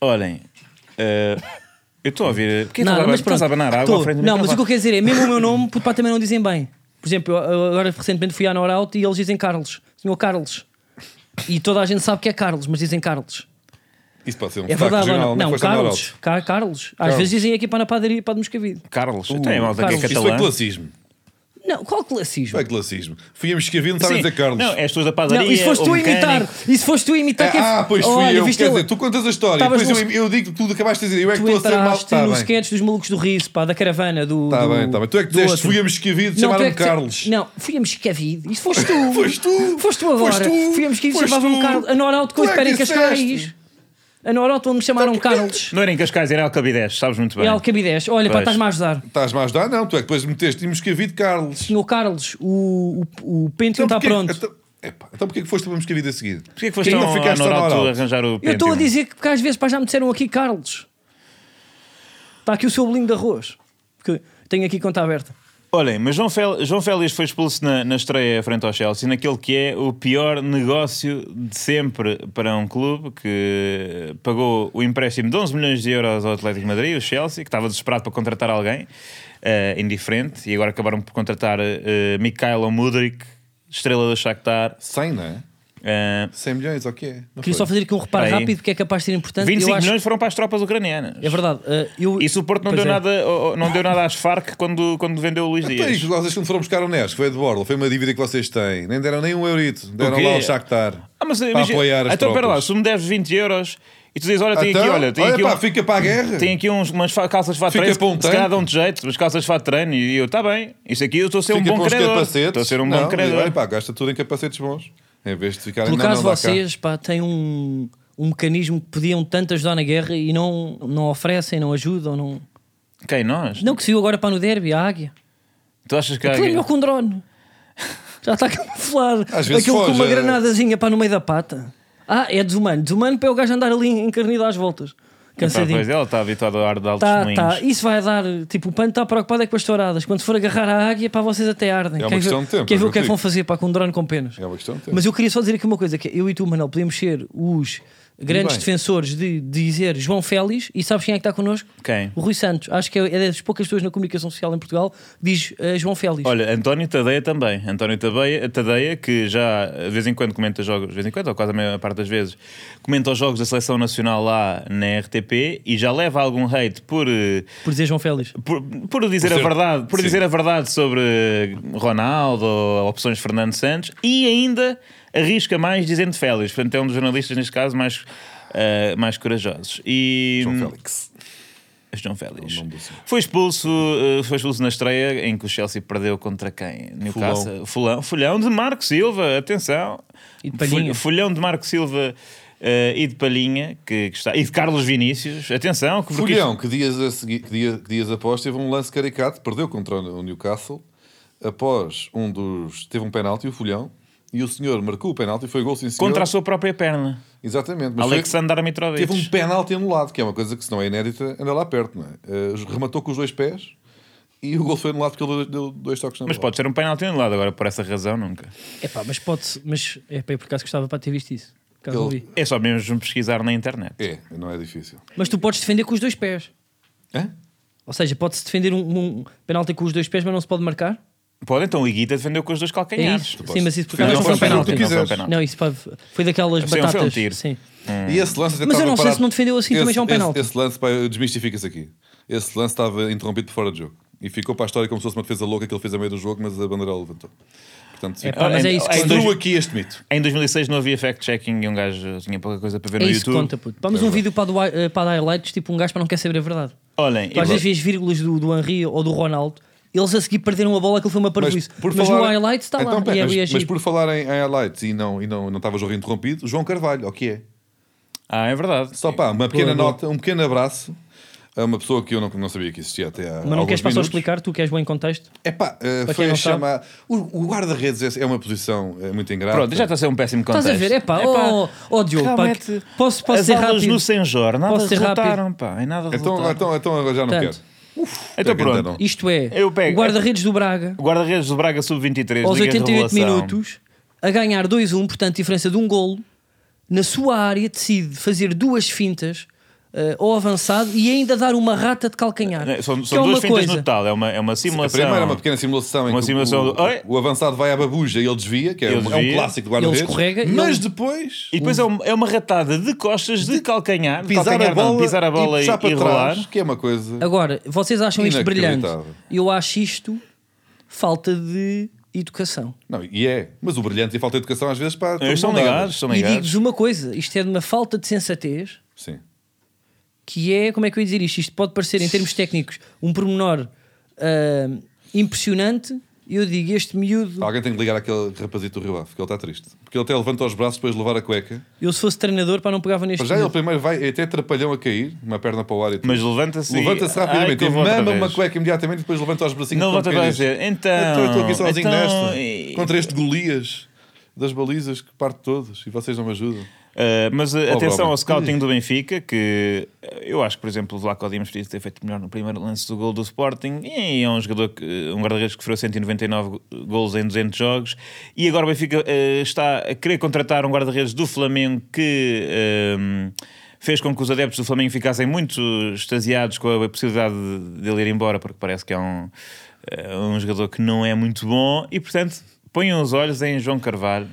S2: Olhem. eh, eu estou a ouvir. Porquê
S3: Nada,
S2: estás a-
S3: mas
S2: estás
S3: pronto.
S2: a abanar água
S3: Tô.
S2: à frente do
S3: não, mas o que eu
S2: microfone?
S3: quero dizer é mesmo o meu nome, puto, pá, também não dizem bem. Por exemplo, eu, eu agora recentemente fui à Norauto e eles dizem Carlos, senhor Carlos. E toda a gente sabe que é Carlos, mas dizem Carlos.
S1: Isso pode ser um
S3: É
S1: sotaque
S3: verdade, ou
S1: regional,
S3: não, não,
S1: foste andar
S3: Carlos,
S1: alto.
S3: Ca- Carlos. Às vezes dizem aqui para na padaria para de Moscavide.
S2: Carlos. então é malta que é
S3: Carlos.
S1: Isso foi
S2: catalã.
S1: classismo.
S3: Não, qual classismo?
S1: Foi classismo. Fui a Moscavide, não sabem
S2: Sim.
S1: dizer é, Carlos.
S2: Não, és tu da padaria. um
S3: Não, e se foste
S2: o
S3: tu a
S2: mecânico.
S3: imitar? E se foste tu a imitar? que é-
S1: Ah, pois fui
S3: Olha,
S1: eu. Quer
S3: viste ele-
S1: dizer, tu contas a história,
S3: Estavas
S1: depois eu,
S3: no-
S1: eu digo tudo o que acabaste de dizer. Eu é que
S3: Tu
S1: estou a ser mal.
S3: entraste
S1: Está
S3: nos
S1: bem,
S3: sketches dos malucos do riso, pá, da caravana, do.
S1: está
S3: do-
S1: bem, está bem. Tu é que
S3: do
S1: disseste,
S3: outro.
S1: fui a Moscavide,
S3: Não, tu é que
S1: chamaram-me
S3: disse-
S1: Carlos.
S3: Não, fui a Moscavide. Isso foste tu.
S1: Foste tu.
S3: Foste tu agora.
S1: Foste tu.
S3: Fui a Moscavide,
S1: Foste
S3: chamavam-me
S1: tu.
S3: Carlos. A Norauto,
S1: Tu é
S3: coisa,
S1: que
S3: espera, em
S1: disseste. é
S3: Cascais. A Norauto, onde me chamaram Carlos.
S2: Não era em Cascais, era Alcabidez, sabes muito bem.
S3: É Alcabidez. Olha, pá,
S2: Pois.
S3: estás-me a ajudar.
S1: Estás-me a ajudar? Não, tu é que depois meteste em Moscavide, Carlos.
S3: Senhor Carlos, o, o, o Pentium está
S1: porquê-
S3: pronto.
S1: Então, epá, então porquê que foste para Moscavide a seguir?
S2: Porquê que foste
S1: Quem
S2: ao
S1: não ficaste só
S2: ao
S1: na
S2: Norauto
S1: Norauto?
S2: arranjar o
S3: Eu estou a
S2: Pentium?
S3: dizer que porque às vezes pá, já me disseram aqui Carlos. Está aqui o seu bolinho de arroz. Que tenho aqui conta aberta.
S2: Olhem, mas João, Fel, João Félix foi expulso na, na estreia frente ao Chelsea, naquele que é o pior negócio de sempre para um clube que pagou o empréstimo de 11 milhões de euros ao Atlético de Madrid, o Chelsea, que estava desesperado para contratar alguém eh, indiferente, e agora acabaram por contratar eh, Mikhailo Mudrik, estrela do Shakhtar.
S1: 100, não é?
S2: eh,
S1: 100 milhões, ou o que é? Não
S3: Queria
S1: foi?
S3: só fazer aqui um reparo
S2: Espera aí.
S3: rápido que é capaz de ser importante.
S2: 25
S3: eu acho...
S2: milhões foram para as tropas ucranianas.
S3: É verdade. eh, eu...
S2: E se o Porto não
S3: Pois
S2: deu,
S3: é.
S2: nada, oh, oh, não deu nada às Farc quando, quando vendeu o Luís
S1: Então,
S2: Dias.
S1: isto, vocês quando foram buscar o Neres, que veio de borla, foi uma dívida que vocês têm. Nem deram nem um eurito. Deram
S2: quê?
S1: lá o Shakhtar.
S2: Ah, mas,
S1: para
S2: imagina-
S1: apoiar as
S2: Então, espera lá,
S1: tropas. Então,
S2: se me deves 20 euros e tu dizes, olha, tem aqui, olha, tem aqui,
S1: pá,
S2: um-
S1: fica para a guerra.
S2: tem aqui uns, umas fa- calças de fato
S1: Fica
S2: treino,
S1: para um
S2: se calhar
S1: tanque.
S2: dão-te jeito, umas calças de fato treino, e eu, está bem, isto aqui eu estou a ser
S1: fica
S2: um bom
S1: com os
S2: credor,
S1: capacetes.
S2: estou a ser um bom
S1: Não,
S2: credor.
S1: olha, pá, gasta tudo em capacetes bons. Em vez de ficarem
S3: Por
S1: não,
S3: acaso
S1: não, dá cá.
S3: vocês pá, têm um, um mecanismo que podiam tanto ajudar na guerra e não, não oferecem, não ajudam. Não...
S2: Quem, nós?
S3: não que se viu agora para no derby, a águia.
S2: Tu achas que há...
S3: Aquilo é melhor com um drone. Já está camuflado.
S1: Às vezes
S3: Aquilo com
S1: foge,
S3: uma
S1: é.
S3: granadazinha para no meio da pata. Ah, é desumano. Desumano para o gajo andar ali encarnido às voltas. Cansadinho.
S2: Pois ela está habituada ao ar de altos
S3: Tá,
S2: moinhos.
S3: tá. Isso vai dar. Tipo, o pano está preocupado é com as touradas. Quando for agarrar a águia, para vocês até ardem.
S1: É uma
S3: Quer
S1: questão
S3: ver,
S1: de tempo,
S3: Quer ver
S1: eu
S3: o que é que
S1: digo.
S3: vão fazer para com um drone com penas?
S1: É uma questão de tempo.
S3: Mas eu queria só dizer aqui uma coisa: que eu e tu, Manel, podemos ser os grandes
S1: bem.
S3: defensores de, de dizer João Félix e sabes quem é que está connosco?
S2: Quem?
S3: O Rui Santos. Acho que é, é das poucas pessoas na comunicação social em Portugal que diz eh, João Félix.
S2: Olha, António Tadeia também. António Tadeia, Tadeia, que já de vez em quando comenta jogos, de vez em quando, ou quase a maior parte das vezes, comenta os jogos da seleção nacional lá na RTP e já leva algum hate por. eh,
S3: Por dizer João Félix.
S2: por, por dizer
S1: Por ser-
S2: a verdade, por
S1: sim.
S2: dizer a verdade sobre Ronaldo, ou opções de Fernando Santos e ainda arrisca mais dizendo Félix. Portanto, é um dos jornalistas neste caso mais ah, mais corajosos. E
S1: João Félix.
S2: João Félix.
S1: É o nome do senhor.
S2: Foi expulso, ah, foi expulso na estreia em que o Chelsea perdeu contra quem? Newcastle. Fulão, fulhão de Marco Silva, atenção.
S3: E de Palhinha.
S2: Ful- Fulhão de Marco Silva ah, e de Palhinha, que, que está, e de Carlos Vinícius, atenção, que porque
S1: Fulhão, que dias, a seguir, que dia- que dias após teve um lance caricato, perdeu contra o Newcastle. Após um dos. teve um penalti, o Fulhão, e o senhor marcou o penalti, foi gol sim senhor.
S2: contra a sua própria perna.
S1: Exatamente. Mas foi-
S2: Alexander Mitrovic.
S1: Teve um penalti anulado, que é uma coisa que se não é inédita, anda lá perto, não é? Eh, rematou com os dois pés e o gol foi anulado porque ele deu- deu dois toques na
S2: Mas
S1: bola.
S2: pode ser um penalti anulado agora, por essa razão nunca.
S3: Epá, mas pode-se. Mas é pá, eu por acaso gostava para ter visto isso. Por acaso não
S1: Ele-
S3: vi.
S2: É só mesmo pesquisar na internet.
S1: É, não é difícil.
S3: Mas tu podes defender com os dois pés. Ou seja, pode-se defender um, um penalti com os dois pés, mas não se pode marcar?
S2: Pode então o Iguita defendeu com os dois calcanhares.
S3: É isso. Sim, mas isso por
S1: Não,
S3: acaso
S1: não
S3: não foi um
S1: faz
S3: penalti. Não,
S1: sentido, não
S2: foi um
S1: quiseres. é
S2: penalti.
S3: Não, isso pá, foi daquelas
S2: Sim, foi um
S3: batatas.
S2: tiro.
S3: Sim.
S1: E esse lance até
S3: Mas eu
S1: estava
S3: não sei
S1: parado-
S3: se não defendeu assim,
S1: esse,
S3: também já é um
S1: esse-
S3: penalti.
S1: Esse, lance, pá, desmistifica-se aqui. Esse lance estava interrompido por fora de jogo. E ficou para a história como se fosse uma defesa louca que ele fez a meio do jogo, mas a bandeira o levantou. Portanto, sim.
S3: É pá, mas é
S2: Olha,
S3: isso que
S2: em
S3: conta.
S2: dois-
S1: Destruo aqui este mito.
S2: Em 2006 não havia fact-checking e um gajo tinha pouca coisa para ver
S3: É
S2: no
S3: isso que
S2: YouTube.
S3: conta, puto. Vamos
S1: É
S3: um vídeo para, do, eh, para dar highlights, tipo um gajo para não quer saber a verdade.
S2: Olhem,
S3: Tu às
S2: e-
S3: vezes vês vírgulas do, do Henry ou do Ronaldo, eles a seguir perderam a bola, aquilo foi uma parvoíce. Mas, no highlight está
S1: Então,
S3: lá.
S1: pera,
S3: e é,
S1: mas,
S3: e é
S1: mas
S3: giro.
S1: por falar em, em highlights e não e não, não estava o jogo interrompido, João Carvalho, o que é?
S2: Ah, é verdade.
S1: Só pá, uma pequena
S3: Boa, boa.
S1: nota, um pequeno abraço a uma pessoa que eu não, não sabia que existia até há
S3: Mas não
S1: alguns
S3: queres passar a
S1: minutos.
S3: explicar, tu queres bom em contexto?
S1: É pá, eh,
S3: quem
S1: foi
S3: não
S1: a chamar. O, o guarda-redes é é uma posição eh, muito ingrata.
S2: Pronto, já
S3: tá-
S2: está a ser um péssimo contexto.
S3: Estás a ver? É pá, oh, oh Diogo, pá,
S2: realmente,
S3: que- posso, posso
S2: as
S3: ser
S2: aulas
S3: rápido.
S2: no Senjor nada
S3: Posso ser rápido?
S2: resultaram, pá, e nada
S1: Então,
S2: resultaram.
S1: então, então agora já não
S3: tá- Portanto,
S1: quero.
S2: Então
S1: é que
S2: pronto,
S1: ainda não.
S3: Isto é,
S2: Eu pego-
S3: o guarda-redes do Braga,
S2: O Guarda-redes do Braga Sub-23,
S3: aos
S2: Liga
S3: 88
S2: Revelação.
S3: minutos, a ganhar 2-1, portanto, diferença de um golo, na sua área decide fazer duas fintas eh, ao avançado e ainda dar uma rata de calcanhar.
S2: Não, São,
S3: Que
S2: são
S3: é
S2: duas
S3: uma
S2: fintas no
S3: coisa.
S2: total, é uma, é uma
S1: A
S2: simulação.
S1: primeira é uma pequena simulação em
S2: Uma
S1: que o-
S2: simulação
S1: o,
S2: do- Oi?
S1: o avançado vai à babuja e ele desvia, que é,
S2: Ele
S1: um, é um
S2: desvia.
S1: clássico do guarda-redes.
S3: Ele escorrega e
S1: Mas
S3: ele-
S1: depois,
S2: E depois é uma, é uma ratada de costas, de calcanhar, de
S1: Um pisar,
S2: calcanhar
S1: a bola,
S2: não, pisar a bola
S1: e,
S2: e,
S1: puxar para
S2: e rolar.
S1: trás, que é uma coisa.
S3: Agora, vocês acham isto brilhante?
S1: Inacreditável.
S3: Eu acho isto falta de educação.
S1: Não, e é. Mas o brilhante e a falta de educação às vezes para.
S2: Eles estão ligados, estão
S3: E
S2: ligados.
S3: digo-vos uma coisa: isto é de uma falta de sensatez
S1: Sim.
S3: que é, como é que eu ia dizer isto? Isto pode parecer, em termos técnicos, um pormenor ah, impressionante. Eu digo, este miúdo,
S1: Alguém tem que ligar àquele rapazito do Rio Ave, que ele está triste. Porque ele até levanta os braços depois de levar a cueca.
S3: eu se fosse treinador, para não pegava neste
S1: Para já ele
S3: miúdo.
S1: primeiro vai é até atrapalhão a cair, uma perna para o ar e tudo.
S2: Mas levanta-se e-
S1: Levanta-se
S2: Ai,
S1: rapidamente,
S2: que eu
S1: ele
S2: vou outra
S1: mama
S2: vez.
S1: uma cueca imediatamente e depois levanta os bracinhos.
S2: Não
S1: tão
S2: volta a
S1: pequeninos.
S2: dizer, então.
S1: Eu estou aqui sozinho
S2: então,
S1: nesta.
S2: e-
S1: Contra este Golias das balizas que parte todos e vocês não me ajudam.
S2: Uh, mas uh, atenção
S1: Glauber.
S2: ao scouting do Benfica, que uh, eu acho que, por exemplo, o Vlaco Dimas podia ter feito melhor no primeiro lance do gol do Sporting. E é um jogador, que, uh, um guarda-redes que sofreu 199 go- golos em 200 jogos. E agora o Benfica uh, está a querer contratar um guarda-redes do Flamengo que. um, Fez com que os adeptos do Flamengo ficassem muito extasiados com a possibilidade de- dele ir embora, porque parece que é um, é um jogador que não é muito bom. E, portanto, ponham os olhos em João Carvalho.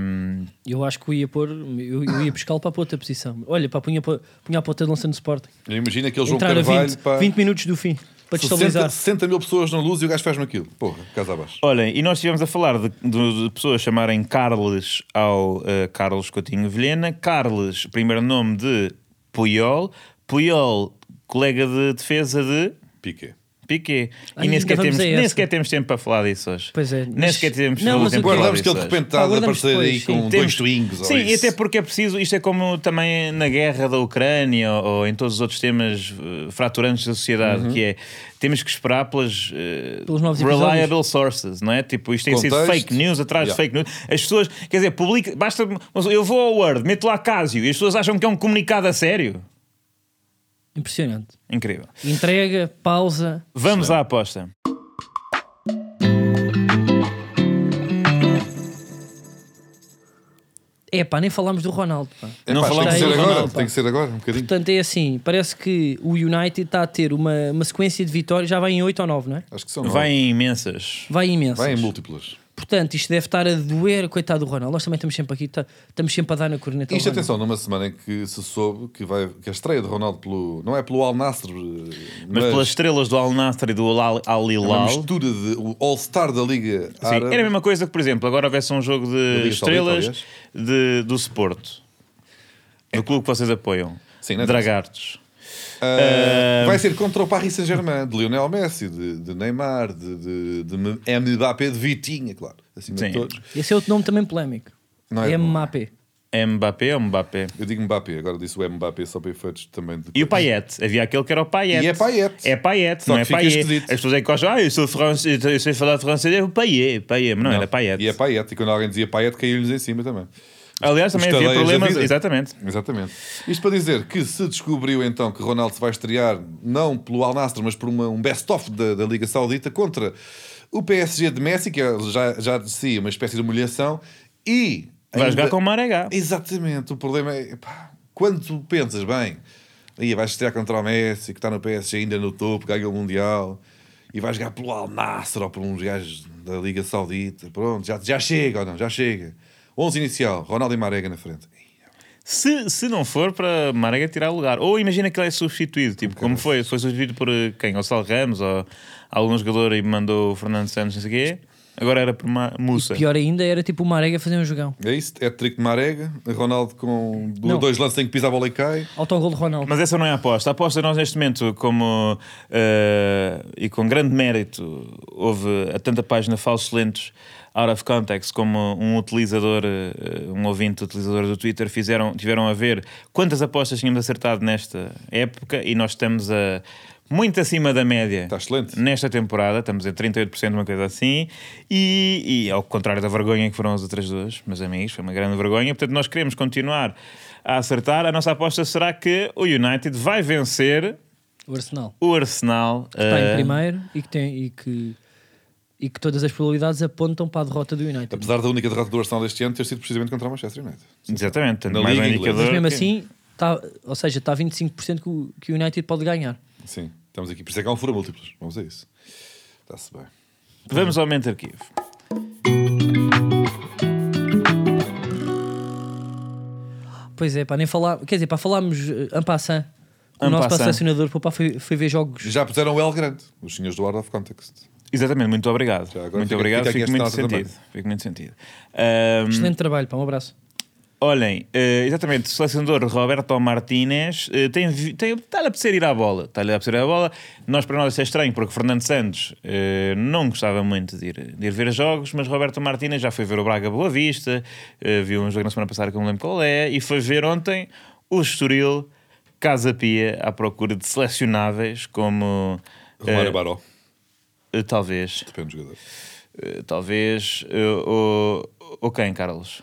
S2: Um,
S3: Eu acho que eu ia pôr, eu, eu ia buscá-lo para a outra posição. Olha, para punha, para- punha a ponta de lança no Sporting.
S1: Eu imagino aquele João
S3: Entrar a
S1: Carvalho
S3: 20,
S1: pá,
S3: 20 minutos do fim, para
S1: 60,
S3: destabilizar.
S1: 60 mil pessoas na luz e o gajo faz-me aquilo. Porra, casa abaixo.
S2: Olhem, e nós estivemos a falar de, de- de pessoas chamarem Carles ao eh, Carlos Coutinho Vilhena. Carles, primeiro nome de Puyol. Puyol, colega de defesa de
S1: Piqué.
S2: Piqué.
S3: Ai,
S2: e nem
S3: ainda
S2: sequer,
S3: vamos
S2: temos,
S3: a
S2: nem
S3: essa.
S2: sequer temos tempo para falar disso hoje.
S3: Pois é,
S2: Nem
S3: mas-
S2: sequer temos
S3: Não, mas
S2: tempo
S3: o que-
S2: para falar
S1: Guardamos que
S2: disso
S1: ele de
S2: hoje.
S1: repente está a
S3: Aguardamos
S1: aparecer aí
S3: depois,
S1: com
S3: sim.
S1: Um, dois twingos. ou
S2: Sim, e
S1: isso.
S2: até porque é preciso, isto é como também na guerra da Ucrânia ou, ou em todos os outros temas eh, fraturantes da
S1: Uhum.
S2: sociedade, que é temos que esperar pelas eh,
S3: Pelos novos
S2: reliable
S3: episódios.
S2: sources, não é? Tipo, isto tem sido
S1: Contexto.
S2: fake news atrás
S1: Yeah.
S2: de fake news. As pessoas, quer dizer, publica, basta eu vou ao Word, meto lá Casio e as pessoas acham que é um comunicado a sério.
S3: Impressionante.
S2: Incrível.
S3: Entrega, pausa.
S2: Vamos à aposta.
S3: É pá, nem falámos do Ronaldo. Pá.
S2: Não
S1: Epá,
S2: falamos
S1: É, tem que ser
S2: do
S1: agora,
S3: Ronaldo, pá.
S1: tem que ser agora, um bocadinho.
S3: Portanto, é assim: parece que o United está a ter uma, uma sequência de vitórias, já vai em 8 ou 9, não é?
S1: Acho que são nove.
S2: Vai em imensas.
S3: Vai imenso.
S1: Vai em múltiplas.
S3: Portanto, isto deve estar a doer, coitado do Ronaldo. Nós também estamos sempre aqui, tá- estamos sempre a dar na corneta. ao
S1: Isto,
S3: Ronaldo.
S1: atenção, numa semana em que se soube que, vai, que a estreia de Ronaldo pelo. Não é pelo Al Nassr, eh,
S2: Mas, pelas estrelas do Al Nassr e do Al-
S1: é
S2: Al
S1: uma
S2: Hilal.
S1: mistura de o All-Star da Liga
S2: Sim,
S1: Árabe.
S2: era a mesma coisa que, por exemplo, agora houvesse um jogo de
S1: Liga Saudita,
S2: estrelas de- do Sporto. Do clube que vocês apoiam.
S1: É. Sim, não é?
S2: Dragartos.
S1: Ah,
S2: eh,
S1: Vai ser contra o Paris Saint-Germain, de Lionel Messi, de, de Neymar, de, de, de M- Mbappé, de Vitinha, claro. Acima
S2: Sim.
S1: de todos.
S3: Esse é outro nome também polémico.
S1: Não é bom.
S3: MAP.
S2: É Mbappé ou Mbappé?
S1: Eu digo Mbappé, agora disse o Mbappé só para efeitos também de.
S2: E o Payet. Havia aquele que era o Payet.
S1: E é Payet.
S2: É Payet,
S1: Só
S2: não
S1: que
S2: é
S1: fica
S2: Payet.
S1: esquisito.
S2: As pessoas aí que acham, ah, eu, sou francês, eu sei falar francês, é o Payet, Payet. Mas não, era Payet.
S1: E é Payet, e quando alguém dizia Payet, caiu-lhes em cima também.
S2: Aliás, também
S1: Os
S2: havia
S1: taleias da
S2: problemas.
S1: vida.
S2: Exatamente.
S1: Exatamente. Isto para dizer que se descobriu então que Ronaldo se vai estrear não pelo Al Nassr, mas por uma- um best-of da, da Liga Saudita contra o PSG de Messi, que é já, já de si uma espécie de humilhação, e.
S2: Vai
S1: ainda-
S2: jogar com o Maragá.
S1: Exatamente. O problema é. pá, quando tu pensas, bem, aí vais estrear contra o Messi, que está no PSG ainda no topo, ganha o Mundial, e vais jogar pelo Al Nassr ou por uns gajos da Liga Saudita, pronto, já, já chega ou não, já chega. 11 inicial, Ronaldo e Marega na frente.
S2: Se, se não for para Marega tirar lugar. Ou imagina que ele é substituído, tipo, como foi? Foi substituído por eh, quem? Gonçalo Ramos ou algum jogador e mandou o Fernando Santos, não sei o quê. Agora era por Ma Musa.
S3: Pior ainda era tipo o Marega fazer um jogão.
S1: É isso, é trico de Marega, Ronaldo com do-
S3: Não.
S1: dois lances em que pisa a bola e cai.
S3: Autogol de Ronaldo.
S2: Mas essa não é a aposta. A aposta nós neste momento, como eh, e com grande mérito, houve a tanta página falsos lentos out of context como um utilizador, eh, um ouvinte utilizador do Twitter fizeram, tiveram a ver quantas apostas tínhamos acertado nesta época e nós estamos a muito acima da média.
S1: Está Tá excelente.
S2: Nesta temporada, estamos em 38%, uma coisa assim, e, e ao contrário da vergonha que foram as outras duas, meus amigos, foi uma grande vergonha. Portanto, nós queremos continuar a acertar. A nossa aposta será que o United vai vencer
S3: O Arsenal.
S2: o Arsenal.
S3: Que está
S2: eh,
S3: em primeiro e que, tem, e, que, e que todas as probabilidades apontam para a derrota do United.
S1: Apesar da única derrota do Arsenal deste ano ter sido precisamente contra o Manchester United.
S2: Exatamente, portanto,
S1: Na
S2: mais um
S1: Liga
S2: indicador.
S1: Inglesa.
S3: Mas mesmo assim,
S2: que-
S3: tá, ou seja, está a 25% que o, que o United pode ganhar.
S1: Sim, estamos aqui. Por isso é que há um furo múltiplos. Vamos a isso. Está-se bem.
S3: assim-
S2: Vamos ao momento arquivo.
S3: Pois é, pá, nem falar. Quer dizer, pá, falámos eh, en passant. O
S2: En
S3: nosso
S2: passant.
S3: patrocinador pô, pá, foi, foi ver jogos.
S1: Já puseram o L grande, os senhores do Out of Context.
S2: Exatamente, muito obrigado.
S1: Já, agora
S2: muito
S1: fica-
S2: obrigado,
S1: fica aqui
S2: fico
S1: esta
S2: muito,
S1: nota
S2: sentido.
S1: também.
S2: fico muito sentido. Ahm,
S3: Excelente trabalho, pá, um abraço.
S2: Olhem, eh, exatamente, o selecionador Roberto Martínez eh, tem, vi- tem, está-lhe a apetecer ir à bola. Está-lhe a apetecer ir à bola. Nós, para nós, isso é estranho, porque Fernando Santos eh, não gostava muito de ir, de ir ver jogos, mas Roberto Martínez já foi ver o Braga Boa Vista, eh, viu um jogo na semana passada que eu não lembro qual é, e foi ver ontem o Estoril Casa Pia à procura de selecionáveis como. É.
S1: Romário um Baró,
S2: eh, talvez.
S1: depende do jogador.
S2: eh, talvez. eh, o, o quem, Carlos?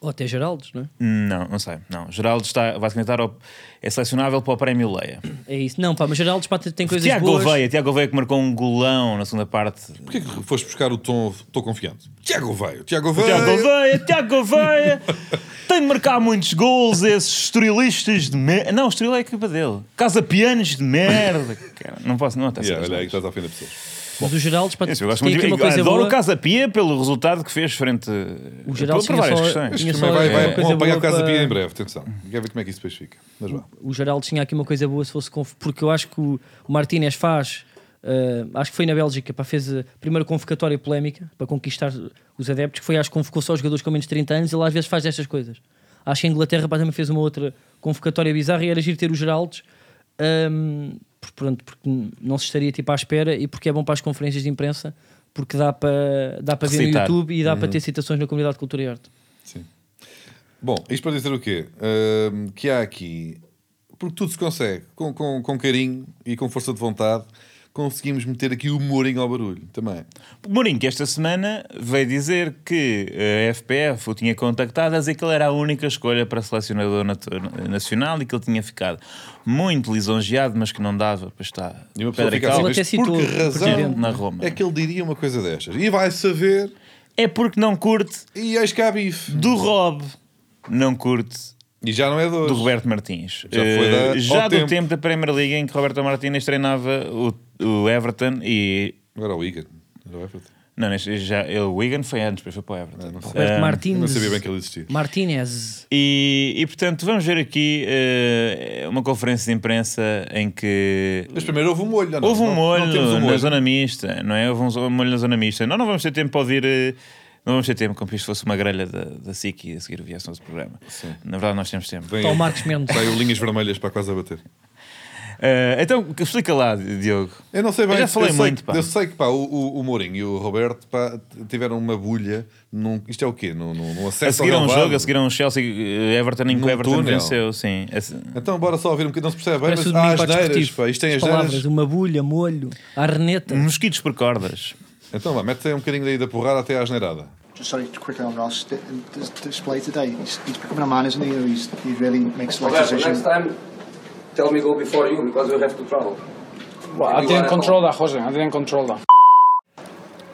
S3: Ou até Geraldos, não é?
S2: Não, não sei. Não. Geraldo está, vai se candidatar ao, é selecionável para o Prémio Leia.
S3: É isso. Não, pá, mas Geraldos pá, tem coisas
S2: Tiago
S3: boas.
S2: Gouveia, Tiago Gouveia que marcou um golão na segunda parte.
S1: Porquê que foste buscar o tom Estou confiante? Tiago Veio, Tiago
S2: Tiago
S1: Veio.
S2: Gouveia, Tiago Gouveia. Tem de marcar muitos gols esses estrilistas de merda. Não, o Estoril é a equipa dele. Casa Pianos de merda. Cara, não posso, não, está
S1: Yeah,
S2: certo.
S1: olha aí, estás à frente da pessoa.
S3: Mas o Geraldos pá,
S2: Eu gosto
S3: tem
S2: muito
S3: aqui
S2: de...
S3: uma coisa
S2: Adoro
S3: boa.
S2: o Casa Pia pelo resultado que fez frente
S3: O Geraldo
S2: por
S3: tinha
S2: várias
S3: só-
S2: questões.
S3: tinha
S1: Também
S3: só
S1: vai,
S3: uma
S1: vai,
S3: coisa
S1: vão apanhar
S3: boa
S1: o Casa
S3: para-
S1: Pia em breve, atenção. Quer ver como é que isso depois fica. Mas vá.
S3: o Geraldo tinha aqui uma coisa boa se fosse conv- porque eu acho que o Martínez faz eh, acho que foi na Bélgica para fez a primeira convocatória polémica para conquistar os adeptos que foi acho que convocou só os jogadores com menos de 30 anos ele às vezes faz destas coisas acho que a Inglaterra pá, também fez uma outra convocatória bizarra e era giro ter os Geraldos ehm, por- pronto, porque n- não se estaria tipo à espera e porque é bom para as conferências de imprensa porque dá para dá para ver no
S2: Recitar. Uhum.
S3: YouTube e dá para ter citações na comunidade de cultura e arte
S1: Sim. Bom, isto para dizer o quê? Ahm, que há aqui. Porque tudo se consegue com, com, com carinho e com força de vontade, conseguimos meter aqui o Mourinho ao barulho também.
S2: Mourinho, que esta semana veio dizer que eh, a FPF o tinha contactado a dizer que ele era a única escolha para selecionador nat- nacional e que ele tinha ficado muito lisonjeado, mas que não dava para estar
S1: E uma pessoa
S2: pedra e
S1: fica
S2: cal.
S3: Ele até
S1: assim, mas por
S3: citou
S1: que
S3: o
S1: razão
S2: presidente na Roma.
S1: é que ele diria uma coisa destas? E vai saber,
S2: É porque não curte
S1: e eis que há bife.
S2: do Rob, não curte
S1: E já não é de
S2: do
S1: hoje.
S2: Roberto Martins.
S1: Já foi da-
S2: Eh, já
S1: ao
S2: do
S1: tempo.
S2: tempo. da Premier League em que Roberto Martins treinava o, o Everton e.
S1: Agora o Wigan. Era o Everton.
S2: Não, neste- já, ele, o Wigan foi antes, depois foi para o Everton.
S1: não sei.
S3: Roberto
S2: Ah,
S1: É, Eu
S3: Martins.
S1: não sabia bem que ele existia.
S3: Martínez.
S2: E, e, portanto, vamos ver aqui eh, uma conferência de imprensa em que
S1: Mas primeiro houve um molho, não,
S2: houve um
S1: não,
S2: molho
S1: não temos um
S2: na
S1: molho.
S2: zona mista, não é? Houve um zo- um molho na zona mista. Nós não vamos ter tempo para ouvir. eh, não vamos ter tempo, como se isto fosse uma grelha da, da SIC e a seguir viesse nosso programa. Na verdade, nós temos tempo.
S1: Vem
S3: Para o
S1: aí.
S3: Marcos Mendes.
S1: Saiu linhas vermelhas para quase a bater.
S2: Eh, então, explica lá, Diogo.
S1: Eu não sei bem.
S2: Eu já falei
S1: sei
S2: muito,
S1: que-
S2: pá.
S1: Eu sei que pá, o, o, o Mourinho e o Roberto pá, t- tiveram uma bulha. Num, isto é o quê? Num, num, num acesso
S2: A seguir a
S1: ao
S2: um
S1: relvado.
S2: jogo, a seguir a um Chelsea eh, Everton em que
S1: Num
S2: o Everton
S1: túnel.
S2: venceu, sim. Esse-
S1: Então bora só ouvir um bocadinho. Não se percebe bem,
S3: Parece o
S1: mas há
S3: domingo para o
S1: asneiras.
S3: desportivo.
S1: Pá, isto tem
S2: é
S3: As palavras,
S1: asneiras.
S3: uma bulha, molho, arneta.
S2: Mosquitos por cordas.
S1: Então vá, mete aí um bocadinho daí da porrada até à asneirada.
S5: Just sorry, quickly on Ross. The, the display today, he's, he's becoming a man, isn't he? He's, he really makes the right
S6: Roberto, next
S5: decision.
S6: time, tell me go before you because we have to travel.
S7: Well, I
S6: You
S7: didn't
S6: are-
S7: control that, Jose. I didn't control that.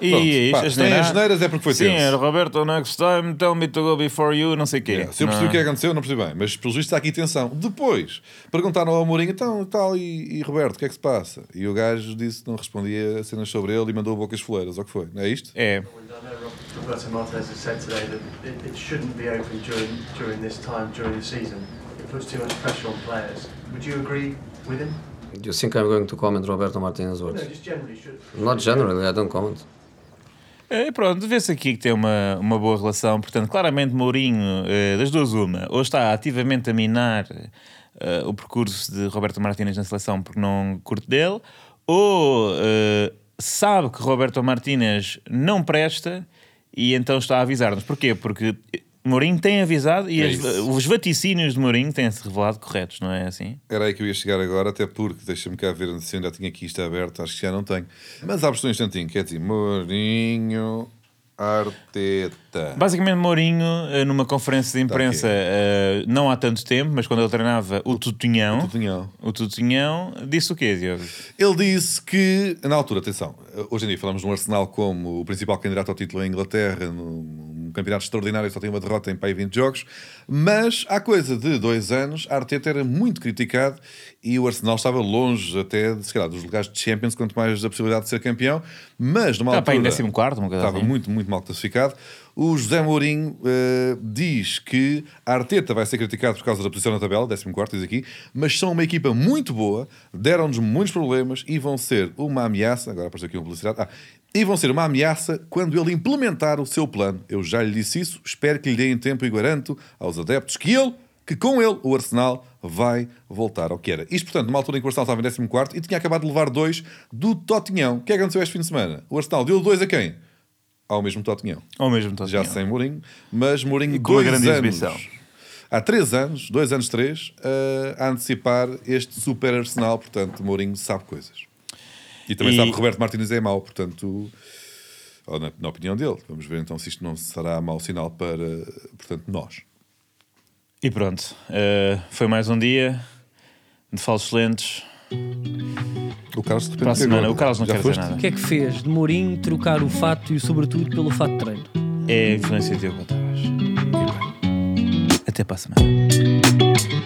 S2: E
S1: Pronto,
S2: é
S1: pá,
S2: isto,
S1: se
S2: as
S1: tem
S2: neiras.
S1: asneiras é porque foi
S2: Sim,
S1: tenso.
S2: era Roberto, next time, tell me to go before you, não sei o quê.
S1: É, se eu percebi
S2: Não.
S1: o que aconteceu, não percebi bem, mas pelo visto está aqui tensão. Depois perguntaram ao Mourinho, então tal e, e Roberto, o que é que se passa? E o gajo disse que não respondia a cenas sobre ele e mandou bocas foleiras, ou o que foi? Não é isto?
S2: É.
S8: Roberto Martinez has said today that it, it shouldn't be open during during this time during the season. It puts too much pressure on players. Would you agree with him?
S6: You think I'm going to comment Roberto Martinez's
S8: No,
S6: words?
S8: just generally should.
S6: Not generally, I don't comment.
S2: É, pronto, vê-se aqui que tem uma, uma boa relação. Portanto, claramente Mourinho, eh, das duas uma, ou está ativamente a minar eh, o percurso de Roberto Martínez na seleção porque não curte dele, ou eh, sabe que Roberto Martínez não presta e então está a avisar-nos. Porquê? Porque Mourinho tem avisado e
S1: É
S2: as-
S1: isso.
S2: os vaticínios de Mourinho têm-se revelado corretos, não é assim?
S1: Era aí que eu ia chegar agora, até porque, deixa-me cá ver se eu ainda tinha aqui isto aberto, acho que já não tenho. Mas abre só um instantinho, quer dizer, Mourinho Arteta.
S2: Basicamente, Mourinho, eh, numa conferência de imprensa, eh, não há tanto tempo, mas quando ele treinava o Tutunhão,
S1: o Tutunhão.
S2: o Tutunhão disse o quê, Diogo?
S1: Ele disse que, na altura, atenção, hoje em dia falamos no Arsenal como o principal candidato ao título em Inglaterra, num campeonato extraordinário, só tem uma derrota em pai 20 jogos, mas há coisa de dois anos, a Arteta era muito criticado e o Arsenal estava longe até, de, sei lá, dos lugares de Champions, quanto mais da possibilidade de ser campeão, mas numa
S2: Está para
S1: altura...
S2: em 14, uma coisa
S1: Estava
S2: assim.
S1: muito, muito mal classificado. O José Mourinho eh, diz que a Arteta vai ser criticado por causa da posição na tabela, 14 diz aqui, mas são uma equipa muito boa, deram-nos muitos problemas e vão ser uma ameaça. Agora apareceu aqui uma publicidade. Ah, e vão ser uma ameaça quando ele implementar o seu plano. Eu já lhe disse isso, espero que lhe deem tempo e garanto aos adeptos que ele, que com ele, o Arsenal vai voltar ao que era. Isto, portanto, numa altura em que o Arsenal estava em 14 e tinha acabado de levar dois do Totinhão. O que é que aconteceu este fim de semana? O Arsenal deu dois a quem? ao mesmo Totinhão.
S2: Ou mesmo Tutunhão.
S1: Já sem Mourinho, mas Mourinho
S2: com a
S1: dois
S2: grande
S1: anos,
S2: exibição.
S1: Há três anos, dois anos, três, eh, a antecipar este super arsenal, portanto, Mourinho sabe coisas. E também
S2: E-
S1: sabe que Roberto Martínez é mau, portanto, ou na, na opinião dele. Vamos ver então se isto não será mau sinal para, portanto, nós.
S2: E pronto, eh, foi mais um dia de falsos lentes.
S1: O Carlos de repente
S2: Para a semana,
S1: cagou.
S2: o Carlos não
S1: Já
S2: quer
S1: foste?
S2: dizer
S3: O
S2: nada.
S3: que é que fez de Mourinho trocar o fato e o sobretudo pelo fato de treino?
S2: É a influência de Diogo Tavares. Até para a semana.